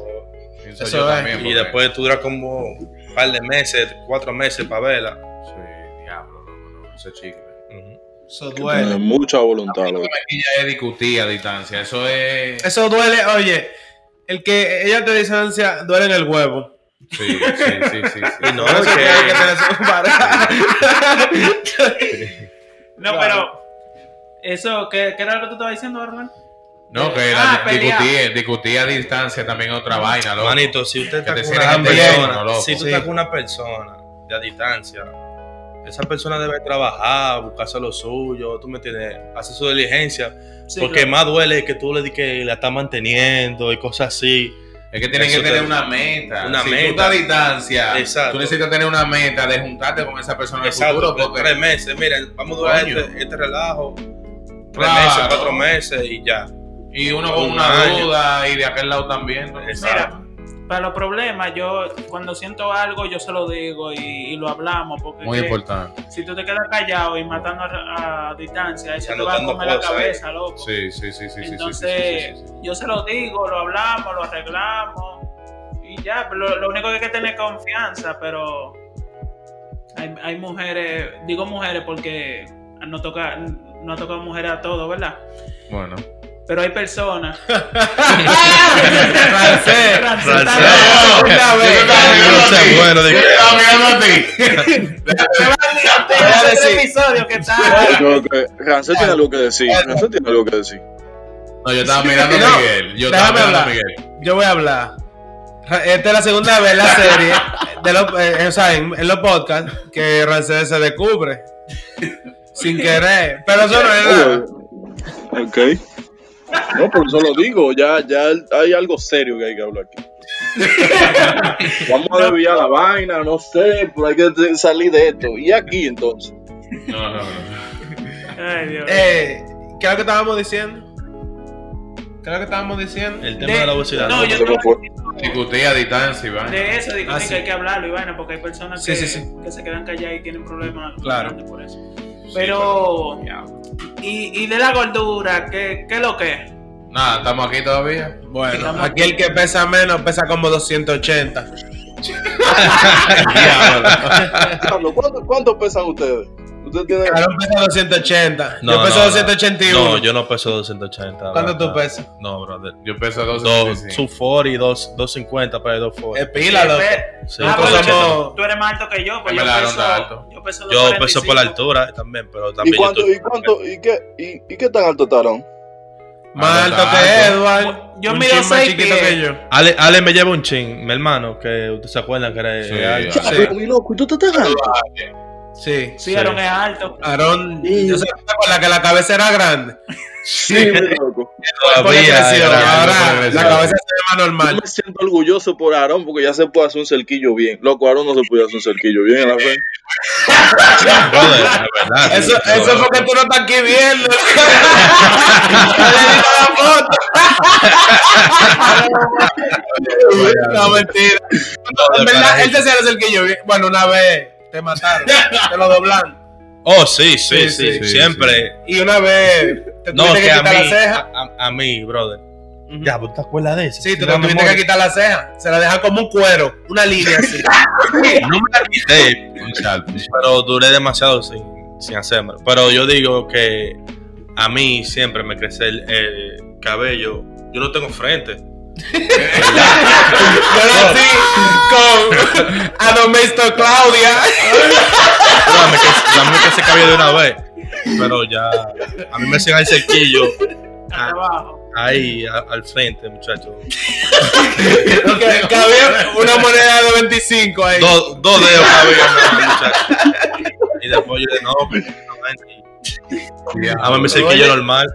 Speaker 3: Pienso
Speaker 2: Eso
Speaker 3: yo
Speaker 2: es.
Speaker 3: también,
Speaker 5: Y
Speaker 3: porque-
Speaker 5: después tú duras como un par de meses, cuatro meses para verla.
Speaker 3: Sí, diablo, loco, no, ese chicle.
Speaker 5: Ujú.
Speaker 2: Eso
Speaker 4: Tienes
Speaker 2: duele.
Speaker 4: mucha voluntad, loco.
Speaker 3: Aquí ya es discutir a distancia, eso
Speaker 5: [LAUGHS]
Speaker 3: es.
Speaker 2: Eso duele, oye. El que ella te distancia duele en el huevo.
Speaker 3: Sí, sí, sí, sí. sí.
Speaker 5: Y no,
Speaker 2: Por eso
Speaker 5: que-
Speaker 2: que hay que tener
Speaker 5: [LAUGHS]
Speaker 2: su pareja.
Speaker 1: No,
Speaker 2: Claro.
Speaker 1: pero. Eso, ¿qué, qué era lo que tú estabas diciendo, Arlan?
Speaker 3: No, que
Speaker 1: Ah,
Speaker 3: la-
Speaker 1: pelear.
Speaker 3: discutir, discutir a distancia también es otra vaina, loco.
Speaker 5: Mm, Manito, si usted está
Speaker 3: te
Speaker 5: con
Speaker 3: cierren
Speaker 5: una
Speaker 2: el teléfono,
Speaker 5: persona,
Speaker 3: loco.
Speaker 5: si tú
Speaker 2: Sí.
Speaker 5: estás con una persona de a distancia, esa persona debe trabajar, buscarse lo suyo, tú me entiendes, hacer su diligencia,
Speaker 1: Sí,
Speaker 5: porque
Speaker 1: claro.
Speaker 5: más duele es que tú le di que la estás manteniendo y cosas así.
Speaker 3: Es que tienen
Speaker 5: Eso
Speaker 3: que tener
Speaker 5: te-
Speaker 3: una meta.
Speaker 5: una
Speaker 3: si
Speaker 5: meta.
Speaker 3: tú estás a distancia,
Speaker 5: Exacto.
Speaker 3: tú necesitas tener una meta de juntarte con esa persona en el futuro.
Speaker 5: Exacto, por
Speaker 3: Porque,
Speaker 5: tres meses, miren, vamos a durar
Speaker 3: Coño.
Speaker 5: este, este relajo, tres
Speaker 3: Claro.
Speaker 5: meses, cuatro meses y ya.
Speaker 3: y uno con
Speaker 5: Un
Speaker 3: una
Speaker 5: año.
Speaker 3: duda y de aquel lado también. ¿no?
Speaker 5: Exacto.
Speaker 1: Para los problemas, yo cuando siento algo, yo se lo digo y, y lo hablamos. Porque
Speaker 3: Muy
Speaker 1: es que
Speaker 3: importante.
Speaker 1: si tú te quedas callado y matando a, a distancia, eso
Speaker 5: Y
Speaker 1: te va a
Speaker 5: anotando
Speaker 1: comer la
Speaker 5: cosas, ¿eh?
Speaker 1: cabeza, loco.
Speaker 3: Sí, sí, sí, sí, sí, sí.
Speaker 1: Entonces,
Speaker 3: sí, sí, sí, sí, sí.
Speaker 1: yo se lo digo, lo hablamos, lo arreglamos y ya, lo, lo único que hay que tener es confianza, pero hay, hay mujeres, digo mujeres porque no toca, no toca mujeres a todo, ¿verdad?
Speaker 3: Bueno.
Speaker 1: Pero hay
Speaker 3: [LAUGHS]
Speaker 1: personas. [LAUGHS]
Speaker 2: Francés,
Speaker 1: Francés,
Speaker 5: francés.
Speaker 2: Una vez.
Speaker 3: Yo estaba mirando a ti.
Speaker 5: Bueno,
Speaker 3: Yo
Speaker 5: dije-
Speaker 3: estaba mirando a ti.
Speaker 1: Este es el episodio que está.
Speaker 4: Yo creo que Rancel tiene algo que decir. Rancel tiene algo que decir.
Speaker 3: No, yo estaba mirando
Speaker 2: No,
Speaker 3: a Miguel. Yo estaba
Speaker 2: déjame
Speaker 3: mirando a
Speaker 2: hablar.
Speaker 3: Miguel.
Speaker 2: Yo voy a hablar. Ra- Esta es la segunda vez en la serie, de los, eh, o sea, en, en los podcasts, que Rancés se descubre. Sin querer. Pero eso no es nada.
Speaker 4: Ah. Ok. No, por eso lo digo. Ya, ya hay algo serio que hay que hablar aquí. Vamos a desviar la vaina, no sé, pero hay que te- salir de esto. Y aquí entonces.
Speaker 3: No, no, no.
Speaker 1: Ay, Dios.
Speaker 2: Eh, ¿Qué es lo que estábamos diciendo? ¿Qué es lo que estábamos diciendo?
Speaker 5: El tema de, la obesidad.
Speaker 1: no, yo
Speaker 4: Se me fue.
Speaker 3: Discutí a distancia, Iván.
Speaker 1: de eso digo
Speaker 2: Ah,
Speaker 1: que
Speaker 2: sí.
Speaker 1: hay que hablarlo, Ivana, porque hay personas
Speaker 2: Sí,
Speaker 1: que,
Speaker 2: sí, sí.
Speaker 1: que se quedan calladas y tienen problemas
Speaker 2: Claro.
Speaker 1: grandes por eso. Pero
Speaker 3: Ya.
Speaker 1: y, y de la gordura, ¿qué, qué es lo que es?
Speaker 3: Nada, estamos aquí todavía. [LAUGHS]
Speaker 2: Bueno,
Speaker 1: Estamos
Speaker 2: aquí el que pesa menos pesa como 280.
Speaker 4: Diablo, ¿Cuánto, cuánto pesan ustedes? Ustedes tienen.
Speaker 2: Carón pesa 280.
Speaker 5: No,
Speaker 2: yo peso
Speaker 5: no, no.
Speaker 2: 281.
Speaker 5: No, yo no peso 280.
Speaker 2: ¿Cuánto
Speaker 5: brother.
Speaker 2: tú pesas?
Speaker 5: No, brother.
Speaker 3: Yo peso dos.
Speaker 5: Dos, 240, dos- 250 para el 240.
Speaker 2: Espila, Eh, loco.
Speaker 5: Sí,
Speaker 1: Ah,
Speaker 5: nosotros
Speaker 1: pero
Speaker 2: somos-
Speaker 1: tú eres más alto que yo, pues
Speaker 3: Es
Speaker 1: yo
Speaker 3: verdad,
Speaker 1: peso,
Speaker 3: Ronda alto.
Speaker 1: yo peso
Speaker 5: Yo peso
Speaker 1: 2.45.
Speaker 5: por la altura también, pero
Speaker 4: ¿Y
Speaker 5: también. yo
Speaker 4: cuánto,
Speaker 5: estoy-
Speaker 4: y cuánto, y qué, y, y qué tan alto estarán?
Speaker 2: Más alto
Speaker 3: Alto,
Speaker 2: que
Speaker 3: alto.
Speaker 2: Edward.
Speaker 1: Yo
Speaker 2: un
Speaker 1: mido
Speaker 2: chin más
Speaker 1: seis
Speaker 2: chiquito
Speaker 1: pies.
Speaker 2: que yo.
Speaker 5: Ale, Ale me lleva un chin, mi hermano, que ustedes se acuerdan que era.
Speaker 3: Sí,
Speaker 5: era-
Speaker 3: sí.
Speaker 4: Pero, mi loco, ¿y tú te estás alto?
Speaker 2: Sí. Ah,
Speaker 1: Sí, Aaron es alto.
Speaker 2: Aarón,
Speaker 4: Sí.
Speaker 2: yo sé ¿te acuerdas que la cabeza era grande.
Speaker 4: Sí, mi loco.
Speaker 2: Por
Speaker 5: Todavía
Speaker 2: depresión,
Speaker 3: grande,
Speaker 5: era-
Speaker 3: por
Speaker 2: ahora la
Speaker 3: depresión.
Speaker 2: cabeza se ve más
Speaker 4: Yo
Speaker 2: normal.
Speaker 4: me siento orgulloso por Aarón porque ya se puede hacer un cerquillo bien. Loco, Aarón no se puede hacer un cerquillo bien en la frente.
Speaker 5: Brother, es
Speaker 2: [LAUGHS]
Speaker 5: verdad,
Speaker 2: Eso,
Speaker 5: sí.
Speaker 2: eso fue que tú no estás aquí viendo. [LAUGHS] Yo le di la foto. [LAUGHS] no, mentira.
Speaker 5: No,
Speaker 2: En
Speaker 5: de
Speaker 2: verdad,
Speaker 5: paraje.
Speaker 2: él decía el que yo vi. Bueno, una vez te mataron, te lo doblaron.
Speaker 5: Oh, sí, sí,
Speaker 2: Sí,
Speaker 5: sí,
Speaker 2: sí,
Speaker 3: sí.
Speaker 5: siempre.
Speaker 2: Y una vez te
Speaker 5: No,
Speaker 2: tuviste
Speaker 5: que
Speaker 2: que
Speaker 5: a
Speaker 2: quitar la
Speaker 5: mí,
Speaker 2: ceja.
Speaker 5: a, a- a mí, brother. Ya, ¿tú te acuerdas de eso?
Speaker 2: Sí, tú
Speaker 5: No
Speaker 2: te
Speaker 5: me
Speaker 2: tuviste
Speaker 5: muero.
Speaker 2: que quitar la ceja. Se la dejan como un cuero, una línea [LAUGHS] así.
Speaker 5: No me la [LAUGHS] quité, pero duré demasiado sin, sin hacérmelo. Pero yo digo que a mí siempre me crece el, el cabello. Yo no tengo frente.
Speaker 2: Yo era así con [LAUGHS] Adomesto Claudia.
Speaker 4: [LAUGHS]
Speaker 5: No, me crece, a mí me crece el cabello de una vez. Pero ya, a mí me hacen el cerquillo
Speaker 1: Hasta abajo.
Speaker 5: ahí a- al frente, muchachos.
Speaker 2: Que que había una moneda de 25 ahí.
Speaker 5: Dos dos dedos cabello, nada, muchachos. Y después yo de no, que no, gente. A mí me hice el cerquillo normal.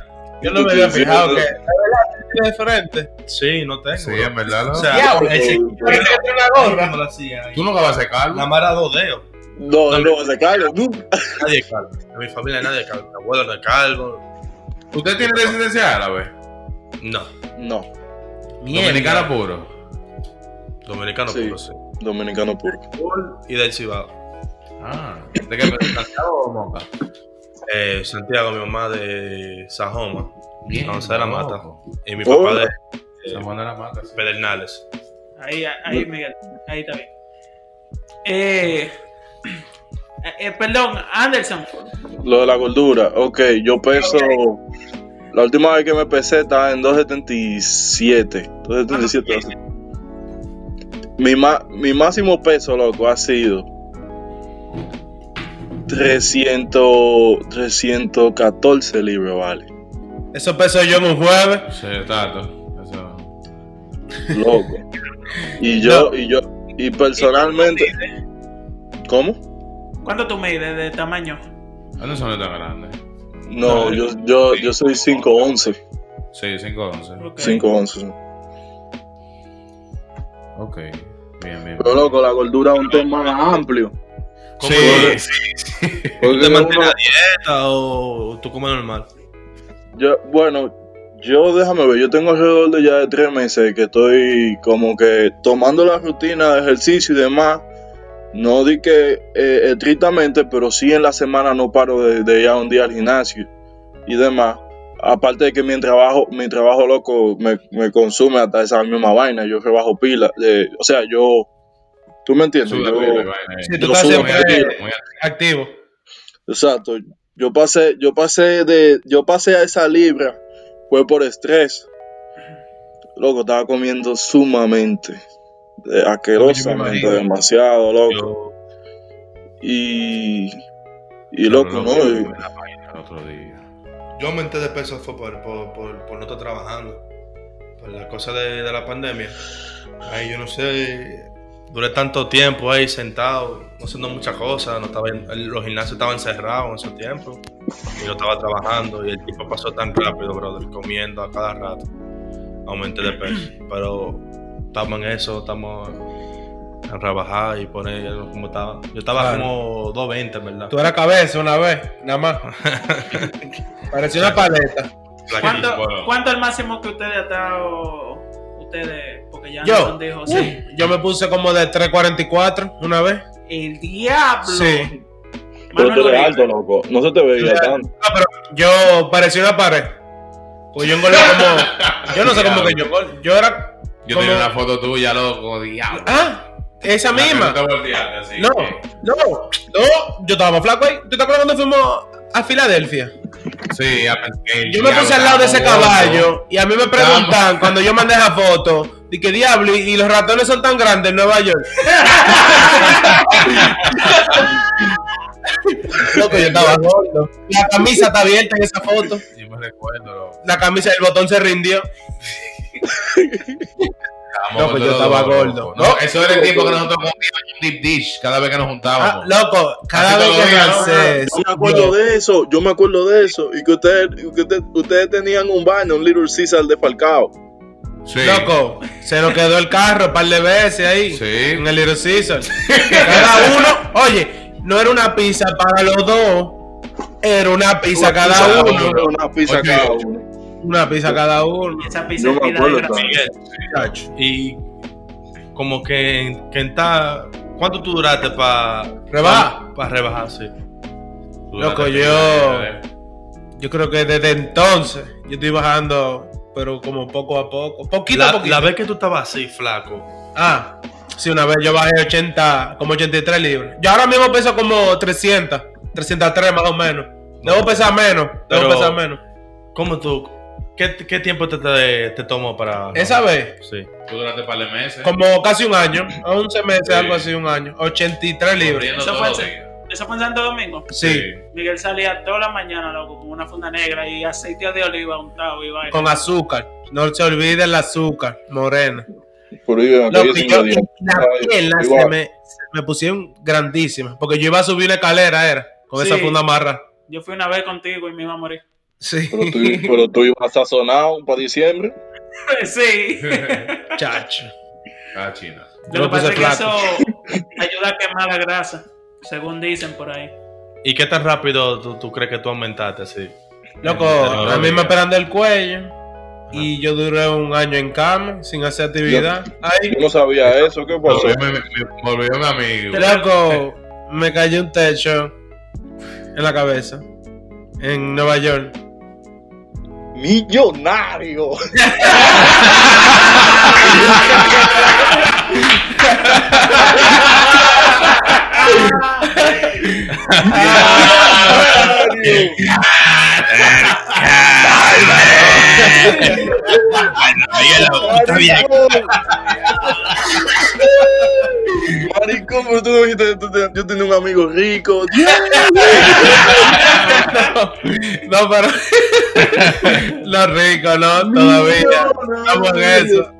Speaker 2: Yo no me había fijado que. ¿De verdad tiene de frente?
Speaker 5: Sí, no tengo.
Speaker 3: Sí,
Speaker 5: bro.
Speaker 3: en verdad. ¿no?
Speaker 5: O sea,
Speaker 2: Diablo,
Speaker 5: el cerquillo-
Speaker 2: Parece que tiene una gorra.
Speaker 5: ¿Cómo lo hacía ahí?
Speaker 3: tú nunca vas a ser
Speaker 5: La
Speaker 3: calvo.
Speaker 5: mara dos dedos.
Speaker 4: No,
Speaker 5: No,
Speaker 4: no, se calma. tú.
Speaker 5: Nadie es calvo. En mi familia nadie es calvo. Mi abuelo no es calvo.
Speaker 3: ¿Usted tiene residencia árabe?
Speaker 5: No.
Speaker 4: No,
Speaker 3: Dominicano puro.
Speaker 5: Dominicano
Speaker 4: Sí.
Speaker 5: puro, sí.
Speaker 4: dominicano puro.
Speaker 5: Y del Cibao.
Speaker 3: Ah. ¿De qué pero, ¿Santiago o Moca?
Speaker 5: Eh, Santiago, mi mamá de Sajoma. No, se la mata.
Speaker 3: loco.
Speaker 5: Y mi
Speaker 4: Oh.
Speaker 5: papá de eh,
Speaker 3: San Juan de la mata. sí.
Speaker 5: Pedernales.
Speaker 1: Ahí, ahí, Miguel. Ahí está bien. Eh, [CLEARS THROAT] eh, perdón, Anderson.
Speaker 4: Lo de la gordura, ok, yo peso. La última vez que me pesé estaba en 277. 277. así. Mi, ma- mi máximo peso, loco, ha sido 300, 314 libras, vale.
Speaker 2: Eso peso yo en un jueves.
Speaker 3: Sí, tato. Eso.
Speaker 4: Loco. Y yo, y yo, y personalmente. ¿Cómo?
Speaker 1: ¿Cuánto tú mides de tamaño?
Speaker 3: Ah, No son tan grandes.
Speaker 4: No, yo, yo, yo soy 5'11.
Speaker 3: Sí, 5'11.
Speaker 1: Ok.
Speaker 4: 5'11.
Speaker 3: Ok. Bien, bien.
Speaker 4: Pero loco, la gordura es un tema más amplio.
Speaker 5: ¿Cómo
Speaker 2: Sí.
Speaker 5: tú-
Speaker 4: Porque
Speaker 5: ¿Tú te
Speaker 4: uno-
Speaker 5: mantienes a dieta o tú comes normal?
Speaker 4: Yo, bueno, yo déjame ver, yo tengo alrededor de ya de tres meses que estoy como que tomando la rutina de ejercicio y demás. No di que eh, estrictamente, pero sí en la semana no paro de, de ir a un día al gimnasio y demás. Aparte de que mi trabajo, mi trabajo loco me, me consume hasta esa misma vaina, yo rebajo pila. eh, o sea, yo, tú me entiendes,
Speaker 3: Sube,
Speaker 4: yo,
Speaker 3: sube, vaina, eh.
Speaker 2: Sí, tú
Speaker 4: Yo
Speaker 2: estás
Speaker 4: subo
Speaker 2: siempre
Speaker 4: muy
Speaker 3: Muy
Speaker 2: activo.
Speaker 4: Exacto. Yo pasé, yo pasé de, yo pasé a esa libra, fue por estrés. Loco, estaba comiendo sumamente, eh, asquerosamente,
Speaker 3: Oye, me imagino.
Speaker 4: demasiado, loco.
Speaker 5: Yo,
Speaker 4: Y, y loco, ¿no? Y-
Speaker 3: sube la vaina el otro día.
Speaker 5: yo aumenté de peso fue por, por, por, por no estar trabajando. Por la cosa de, de la pandemia. Ahí yo no sé. Duré tanto tiempo ahí sentado, no haciendo muchas cosas. No estaba en- los gimnasios estaban cerrados en ese tiempo. Y yo estaba trabajando y el tiempo pasó tan rápido, brother, comiendo a cada rato. Aumenté de peso. Pero estamos en eso, estamos a rebajar y poner como estaba. Yo estaba
Speaker 2: Claro.
Speaker 5: como 220, en ¿verdad?
Speaker 2: Tú eras cabeza una vez, nada
Speaker 4: [LAUGHS]
Speaker 2: más. Parecía una paleta.
Speaker 1: ¿Cuánto,
Speaker 3: bueno.
Speaker 1: ¿Cuánto es el máximo que ustedes han estado? Ustedes, porque ya
Speaker 2: Yo.
Speaker 1: Anderson dijo, sí.
Speaker 2: Yo me puse como de 3.44 una vez.
Speaker 1: El diablo.
Speaker 2: Sí.
Speaker 1: Manuel
Speaker 4: Pero tú eres
Speaker 1: Rodríguez.
Speaker 4: alto, loco. No se te veía tanto.
Speaker 2: No, pero yo parecía una pared. Pues yo engordé como. Yo no sé cómo que
Speaker 3: [LAUGHS]
Speaker 2: yo engordé. Yo era.
Speaker 3: Yo
Speaker 2: como-
Speaker 3: tenía una foto tuya, loco, diablo.
Speaker 2: Ah, esa
Speaker 3: La que
Speaker 2: misma.
Speaker 3: No, te volteaste, así
Speaker 2: No,
Speaker 3: que-
Speaker 2: no, no. Yo estaba más flaco ahí. ¿Tú te acuerdas cuando fuimos a Filadelfia?
Speaker 3: Sí, a Pennsylvania,
Speaker 2: Yo me puse al lado de ese
Speaker 3: estamos gordos.
Speaker 2: caballo y a mí me preguntan
Speaker 3: Estamos-
Speaker 2: cuando yo mandé esa foto. De que diablo, y y los ratones son tan grandes en Nueva York. Loco, yo
Speaker 3: [LAUGHS]
Speaker 2: estaba gordo. La camisa está abierta en esa foto.
Speaker 3: Sí, me recuerdo, loco.
Speaker 2: La camisa, el botón se rindió.
Speaker 3: Estábamos
Speaker 2: No, pues yo
Speaker 3: gordos,
Speaker 2: estaba
Speaker 3: loco.
Speaker 2: gordo.
Speaker 3: No, eso era el tiempo que nosotros comíamos un deep dish cada vez que nos
Speaker 2: Ah,
Speaker 3: juntábamos.
Speaker 2: loco, cada
Speaker 3: Así
Speaker 2: vez que
Speaker 3: todavía, ¿no?
Speaker 2: francés.
Speaker 4: Yo me acuerdo de eso, yo me acuerdo de eso. Y que ustedes, que usted- ustedes tenían un baño, un Little Caesar de Falcao.
Speaker 3: sí.
Speaker 2: Loco, se nos quedó el carro un par de veces ahí.
Speaker 3: Sí.
Speaker 2: En el Little Season. Cada uno, oye, no era una pizza para los dos. Era una pizza cada
Speaker 3: pizza
Speaker 2: uno.
Speaker 3: cada uno.
Speaker 4: Una pizza
Speaker 3: Oye.
Speaker 4: cada uno.
Speaker 2: Una pizza cada uno.
Speaker 1: Esa
Speaker 4: Yo
Speaker 1: pizza
Speaker 4: me
Speaker 1: es vida
Speaker 4: acuerdo
Speaker 1: de gracia.
Speaker 4: también.
Speaker 2: chacho.
Speaker 5: Y como que en, que en ta- ¿Cuánto tú duraste para
Speaker 2: Rebaja.
Speaker 5: Para rebajar, sí.
Speaker 2: Loco, yo- Yo creo que desde entonces yo estoy bajando, pero como poco a poco. Poquito a
Speaker 5: La,
Speaker 2: poquito.
Speaker 5: la vez que tú estabas así, flaco.
Speaker 2: Ah, sí, una vez yo bajé 80, como 83 libras. Yo ahora mismo peso como 300, 303 más o menos. Debo pesar menos, debo
Speaker 5: Pero-
Speaker 2: pesar menos.
Speaker 5: ¿Cómo tú? ¿Qué, qué tiempo te, te, te tomó para.?
Speaker 2: Esa vez,
Speaker 5: Sí.
Speaker 3: Tú duraste un par de meses.
Speaker 2: como casi un año, 11 meses,
Speaker 3: Sí.
Speaker 2: algo así, un año. 83 libras.
Speaker 3: Corriendo
Speaker 1: Eso
Speaker 3: todos
Speaker 1: fue
Speaker 3: los
Speaker 1: hace-
Speaker 3: días.
Speaker 1: Eso fue en Santo Domingo.
Speaker 2: Sí,
Speaker 1: Miguel salía toda la mañana, loco, con una funda negra y aceite de oliva untado y vaina.
Speaker 2: con azúcar. No se olvide el azúcar, morena.
Speaker 4: Por ahí,
Speaker 2: Lo
Speaker 4: aquellos
Speaker 2: que yo,
Speaker 4: ingredientes.
Speaker 2: la
Speaker 4: Ay,
Speaker 2: pierna se
Speaker 4: igual.
Speaker 2: me, se me pusieron grandísimas. Porque yo iba a subir la escalera, era, con
Speaker 1: Sí.
Speaker 2: esa funda marra.
Speaker 1: Yo fui una vez contigo y me iba a morir. [LAUGHS]
Speaker 2: Sí, [LAUGHS]
Speaker 4: Pero tú, pero tú ibas sazonado para diciembre.
Speaker 1: sí.
Speaker 2: chacho.
Speaker 3: [LAUGHS] Ah, China.
Speaker 1: Lo
Speaker 2: me
Speaker 1: que pasa
Speaker 2: puse
Speaker 1: es que eso
Speaker 2: flaco.
Speaker 1: ayuda a quemar la grasa, según dicen por ahí.
Speaker 5: ¿Y qué tan rápido tú, tú crees que tú aumentaste así?
Speaker 2: Loco,
Speaker 5: Pero
Speaker 2: a mí me
Speaker 5: diga.
Speaker 2: operan del cuello y yo duré un año en cama sin hacer actividad. Ahí,
Speaker 4: Yo no sabía eso. ¿Qué pasó?
Speaker 3: Volvió mi- mi- Volvió mi amigo.
Speaker 2: loco, me cayó un techo en la cabeza en Nueva York.
Speaker 4: Millonario. Millonario. Maricón. Maricón, pero tú no dijiste, tú te- yo tenía un amigo rico.
Speaker 2: [LAUGHS] No, pero [LAUGHS] lo rico, ¿no? Todavía. Estamos en eso.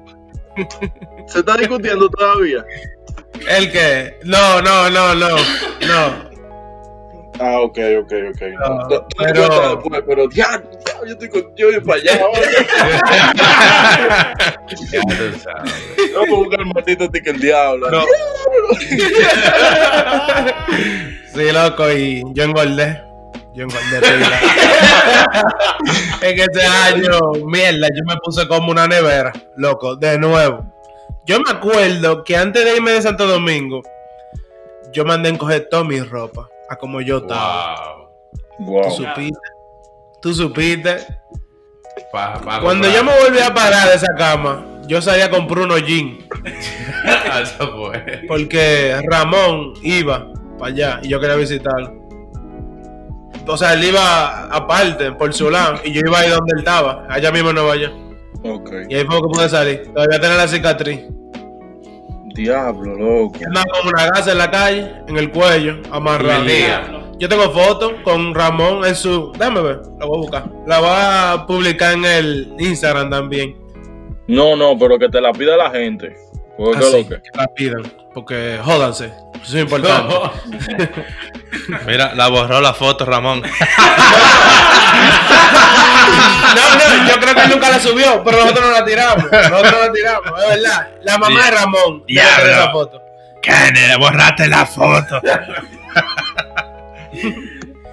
Speaker 4: Se está discutiendo todavía.
Speaker 2: ¿El qué? No, no, no, no. No.
Speaker 4: Ah, ok, ok, ok.
Speaker 2: No,
Speaker 4: Tú- tú
Speaker 2: pero-
Speaker 4: cuentas después, pero ya, ya, yo estoy con yo voy para allá ahora.
Speaker 3: Ya tú
Speaker 4: [LAUGHS]
Speaker 3: sabes.
Speaker 4: Vamos a buscar el maldito ticket el diablo.
Speaker 2: No. Sí, loco, y yo engordé. Yo engordé pila. en ese año, mierda, yo me puse como una nevera, loco, de nuevo. Yo me acuerdo que antes de irme de Santo Domingo, yo mandé a encoger toda mi ropa, a como yo estaba.
Speaker 3: Wow.
Speaker 2: Tú
Speaker 4: Wow.
Speaker 2: supiste. Tú supiste.
Speaker 3: Pa- pa-
Speaker 2: Cuando yo
Speaker 3: [LAUGHS]
Speaker 2: me volví a parar de esa cama, yo salía con Bruno Jean.
Speaker 3: Eso fue.
Speaker 2: Porque Ramón iba para allá y yo quería visitarlo. O sea, él iba aparte, por su lado, y yo iba ahí donde él estaba, allá mismo en Nueva York.
Speaker 4: Ok.
Speaker 2: Y ahí fue que pude salir. Todavía tenía la cicatriz.
Speaker 4: Diablo, loco.
Speaker 2: Andaba con una gasa en la calle, en el cuello, amarrado.
Speaker 3: Humilde.
Speaker 1: Diablo.
Speaker 2: Yo tengo fotos con Ramón en su. Déjame ver, la voy a buscar. La voy a publicar en el Instagram también.
Speaker 4: No, no, pero que te la pida la gente. Porque
Speaker 2: Así,
Speaker 4: lo que.
Speaker 2: que la pidan, porque jódanse. Eso es [LAUGHS] importante.
Speaker 5: [LAUGHS] Mira, la borró la foto, Ramón.
Speaker 2: No, no, yo creo que él nunca la subió, pero nosotros no la [LAUGHS] tiramos. Nosotros no la tiramos, es verdad. La mamá de Ramón. debe
Speaker 5: Diablo.
Speaker 2: tener esa foto.
Speaker 5: le borraste la foto.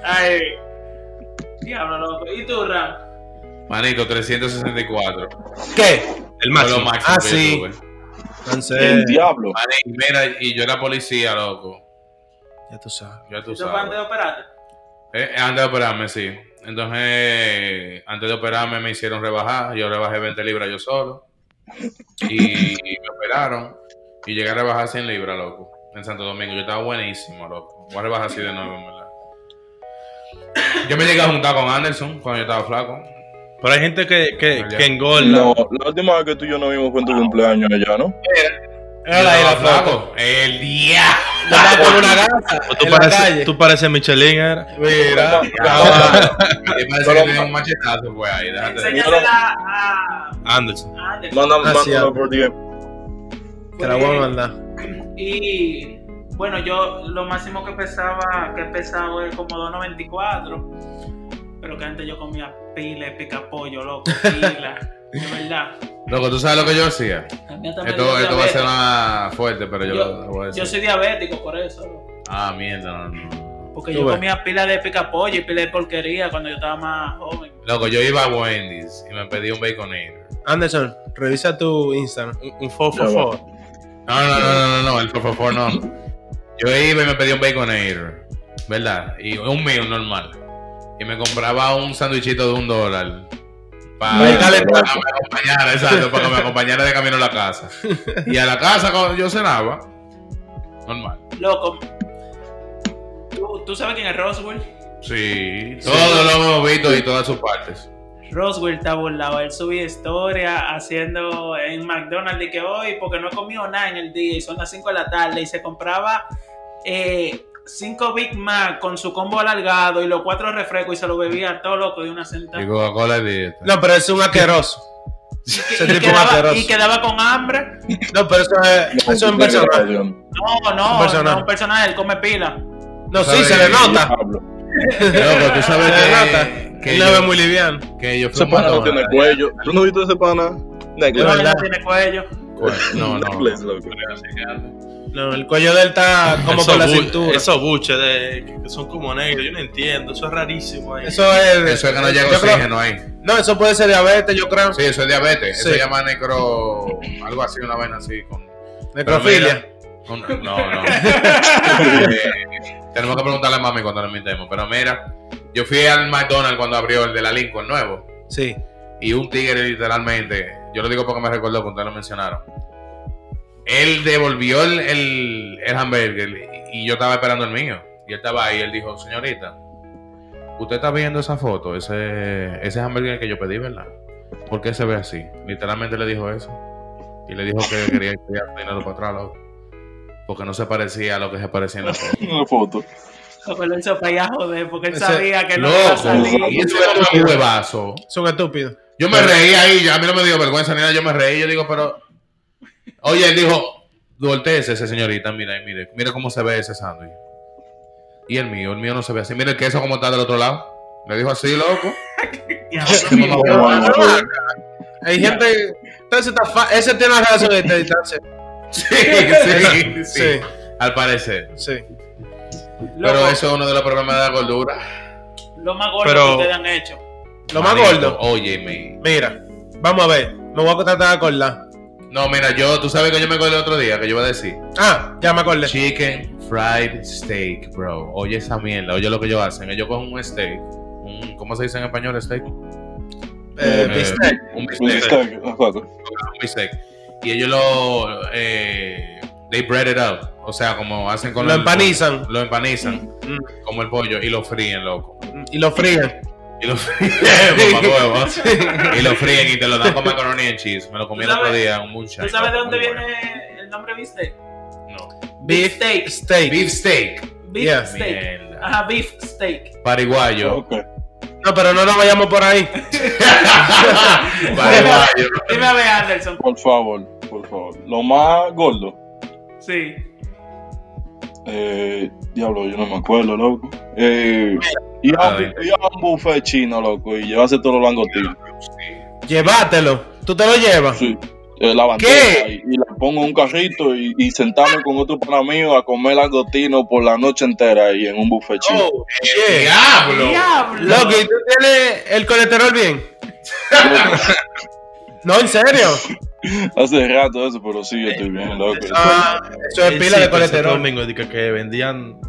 Speaker 1: Ay. Diablo, loco. ¿Y tú, Ram?
Speaker 3: Manito, 364.
Speaker 2: [LAUGHS] ¿Qué?
Speaker 5: El
Speaker 3: Fue lo
Speaker 5: máximo.
Speaker 3: máximo
Speaker 2: Ah,
Speaker 3: que
Speaker 2: sí.
Speaker 3: yo tuve.
Speaker 2: Entonces,
Speaker 4: El diablo.
Speaker 3: Manito, mira, y yo era policía, loco.
Speaker 2: Ya tú sabes.
Speaker 3: Ya tú
Speaker 1: Eso fue antes
Speaker 3: sabes.
Speaker 1: de operarte.
Speaker 3: Eh, eh, antes de operarme, sí. Entonces, eh, antes de operarme me hicieron rebajar. Yo rebajé 20 libras yo solo. Y, y me operaron. Y llegué a rebajar 100 libras, loco. En Santo Domingo. Yo estaba buenísimo, loco. Voy a rebajar así de nuevo, en verdad. Yo me llegué a juntar con Anderson cuando yo estaba flaco.
Speaker 5: Pero hay gente que, que,
Speaker 3: Allá.
Speaker 5: que engorda.
Speaker 4: No, la última vez que tú y yo nos vimos fue en tu cumpleaños allá, ¿no?
Speaker 2: Era la
Speaker 3: Yo
Speaker 2: isla
Speaker 3: estaba
Speaker 2: flaco.
Speaker 3: flaco. El día.
Speaker 2: Yo estaba con una
Speaker 3: [LAUGHS]
Speaker 2: gasa
Speaker 5: O Tú
Speaker 2: en la
Speaker 5: pareces,
Speaker 2: calle.
Speaker 5: tú pareces Michelin, era.
Speaker 2: Mira.
Speaker 3: Ahí parece que tenía un machetazo, pues ahí. Déjate de-
Speaker 1: Enséñasela a,
Speaker 5: Anderson.
Speaker 1: a Anderson.
Speaker 4: Mándame,
Speaker 2: Así
Speaker 4: mándame
Speaker 2: es.
Speaker 4: por 10.
Speaker 2: Te la voy a mandar.
Speaker 1: Y bueno, yo lo máximo que pesaba, que he pesado es como 294. Pero que antes yo comía pila, de pica pollo, loco,
Speaker 3: [LAUGHS]
Speaker 1: pila. De verdad.
Speaker 3: Loco, ¿tú sabes lo que yo hacía?
Speaker 1: A mí hasta me dio
Speaker 3: Esto, esto va a
Speaker 1: diabetes.
Speaker 3: ser más fuerte, pero yo,
Speaker 1: Yo-
Speaker 3: lo voy a decir.
Speaker 1: Yo soy diabético por eso, loco.
Speaker 3: Ah, mierda, no, no.
Speaker 1: Porque
Speaker 2: Tú
Speaker 1: yo
Speaker 2: ves.
Speaker 1: comía pila de pica pollo y pila de porquería cuando yo estaba más joven.
Speaker 3: Loco, yo iba a Wendy's y me pedí un baconator.
Speaker 2: Anderson, revisa tu Instagram.
Speaker 5: Un, un fofo,
Speaker 4: Ya va.
Speaker 5: fofo.
Speaker 3: No, no, no, no, no, no, el por favor no. Yo iba y me pedí un baconator, ¿verdad? Y un meal normal. Y me compraba un sándwichito de un dólar. Para
Speaker 4: Muy
Speaker 3: que me
Speaker 4: calentado.
Speaker 3: acompañara, exacto, para que me acompañara de camino a la casa. Y a la casa cuando yo cenaba, normal.
Speaker 1: Loco, ¿tú, tú sabes quién es Roswell?
Speaker 3: Sí, todo lo hemos visto y todas sus partes.
Speaker 1: Roswell está burlado. Él subía historia haciendo en McDonald's de que hoy, porque no he comido nada en el día y son las 5 de la tarde y se compraba 5 Big Mac con su combo alargado y los cuatro refrescos y se lo bebía todo loco de una sentada.
Speaker 3: Y Coca-Cola es dieta.
Speaker 2: No, pero es un asqueroso.
Speaker 1: Y,
Speaker 2: Ese
Speaker 1: que- y
Speaker 2: tipo es
Speaker 1: quedaba,
Speaker 2: asqueroso.
Speaker 1: y quedaba con hambre.
Speaker 2: No, pero eso es, eso es un personaje.
Speaker 1: No, no,
Speaker 2: Un personaje.
Speaker 1: no, un personaje, él come pila.
Speaker 2: No, sí, se le nota.
Speaker 4: Diablo.
Speaker 2: [LAUGHS]
Speaker 3: Loco, tú sabes
Speaker 2: Se le
Speaker 3: que,
Speaker 2: nota.
Speaker 3: que,
Speaker 2: Él lo ve
Speaker 3: yo,
Speaker 2: muy liviano.
Speaker 3: que yo fui
Speaker 4: Ese
Speaker 3: un
Speaker 4: pana no tiene
Speaker 3: McDonald's.
Speaker 4: cuello. ¿Tú no viste ese pana?
Speaker 1: No,
Speaker 4: Necklace.
Speaker 1: él
Speaker 2: verdad.
Speaker 1: no tiene cuello.
Speaker 3: No, no.
Speaker 4: Necklace, loco.
Speaker 2: No, el cuello de él está como
Speaker 5: Esos
Speaker 2: por la
Speaker 5: bu-
Speaker 2: cintura. Eso,
Speaker 5: Esos buches de, que- que son como negros, yo no entiendo. Eso es rarísimo. ahí.
Speaker 2: es.
Speaker 3: Eso es que no llega
Speaker 2: yo creo-
Speaker 3: oxígeno ahí.
Speaker 2: no, eso puede ser diabetes, yo creo.
Speaker 3: Sí, eso es diabetes. Eso
Speaker 2: Sí.
Speaker 3: se llama necro. Algo así, una vaina así. Con, pero
Speaker 2: Necrofilia.
Speaker 3: mira, con- no,
Speaker 2: [LAUGHS]
Speaker 3: no. Eh, tenemos que preguntarle a mami cuando nos invitemos. Pero mira, yo fui al McDonald's cuando abrió el de la Lincoln nuevo.
Speaker 2: Sí.
Speaker 3: Y un tigre, literalmente. Yo lo digo porque me recordó cuando ustedes lo mencionaron. Él devolvió el, el, el hamburger y yo estaba esperando el mío. Y él estaba ahí. Él dijo, señorita, usted está viendo esa foto, ese, ese hamburger que yo pedí, ¿verdad? ¿Por qué se ve así? Literalmente le dijo eso. Y le dijo que quería enviar dinero para atrás, loco. Porque no se parecía a lo que se parecía en
Speaker 4: [LAUGHS]
Speaker 3: la foto.
Speaker 4: Una foto.
Speaker 1: Lo que lo hizo para allá joder, porque él
Speaker 2: Ese-
Speaker 1: sabía que no iba a salir.
Speaker 3: Loco, y eso era un huevazo.
Speaker 2: Es un estúpido.
Speaker 3: Yo me reí ahí, ya a mí no me dio vergüenza ni nada, yo me reí, yo digo, pero. Oye, él dijo, volteese ese señorita, mira, y mire, mire cómo se ve ese sándwich. Y el mío, el mío no se ve así. Mira el queso como está del otro lado. Le dijo
Speaker 2: [LAUGHS]
Speaker 3: así, loco.
Speaker 1: Diablo,
Speaker 3: No,
Speaker 1: mío.
Speaker 3: no, no.
Speaker 2: Hay gente. Entonces está fa- ese tiene una relación de distancia.
Speaker 3: Sí, sí, sí,
Speaker 2: Sí.
Speaker 3: Al parecer.
Speaker 2: Sí.
Speaker 3: Pero
Speaker 1: Loco,
Speaker 3: eso es uno de los problemas de la gordura.
Speaker 1: Lo más gordo
Speaker 5: Pero-
Speaker 1: que ustedes han hecho.
Speaker 2: Lo más
Speaker 3: Manito,
Speaker 2: gordo.
Speaker 3: Óyeme.
Speaker 2: Mira, vamos a ver. Me voy a tratar de acordar.
Speaker 3: No, mira, yo, tú sabes que yo me acordé el otro día, que yo iba a decir.
Speaker 2: Ah, ya me acordé.
Speaker 3: Chicken fried steak, bro. Oye esa mierda, oye lo que ellos hacen. Ellos cogen un steak. un- ¿Cómo se dice en español steak?
Speaker 2: Eh,
Speaker 4: Eh,
Speaker 2: bistec.
Speaker 3: Un
Speaker 4: Un
Speaker 3: bistec.
Speaker 4: bistec, exacto.
Speaker 3: un bistec. Y ellos lo. eh, they bread it up. O sea, como hacen con
Speaker 2: Lo
Speaker 3: el-
Speaker 2: empanizan.
Speaker 3: Lo empanizan. Mm. Como el pollo. Y lo fríen, loco.
Speaker 2: Y lo fríen.
Speaker 3: Y lo [LAUGHS] fríen. mamahuevos. y lo fríen y te lo dan con macaroni and cheese. Me lo comí el
Speaker 1: ¿Tú
Speaker 3: otro
Speaker 1: sabes-
Speaker 3: día, un moonshine.
Speaker 1: ¿Tú sabes de
Speaker 3: loco,
Speaker 1: dónde
Speaker 3: muy
Speaker 1: viene
Speaker 3: bueno.
Speaker 1: el nombre bistec?
Speaker 3: No.
Speaker 2: Beef
Speaker 1: Steak.
Speaker 2: steak.
Speaker 3: Beef steak.
Speaker 1: Beef
Speaker 2: Yeah.
Speaker 1: steak. Ah.
Speaker 3: Mierda.
Speaker 1: Ajá, beef steak.
Speaker 3: Pariguayo.
Speaker 4: Ok.
Speaker 2: No, pero no nos vayamos por ahí.
Speaker 3: Pariguayo.
Speaker 1: Dime a ver, Anderson.
Speaker 4: Por favor, por favor. Lo más gordo.
Speaker 1: Sí.
Speaker 4: Eh, diablo, yo no me acuerdo, loco. Eh, ir, a,
Speaker 3: Ay.
Speaker 4: ir a un buffet chino, loco, y llevarse todos los langostinos.
Speaker 2: Llévatelo. Tú te lo llevas.
Speaker 4: Sí. Eh, la bandeja y, y la pongo en un carrito y, y sentarme con otro pana mío a comer langostino por la noche entera y en un buffet chino.
Speaker 2: Oh, shit.
Speaker 3: Diablo.
Speaker 1: ¡Diablo!
Speaker 2: Loco, ¿y tú tienes el colesterol bien? No, en serio.
Speaker 4: Hace rato eso, pero sí, yo estoy bien, loco.
Speaker 2: Ah, eso es
Speaker 5: El
Speaker 2: pila de
Speaker 5: sitio, Santo
Speaker 2: colesterol.
Speaker 5: Domingo, de que, que vendían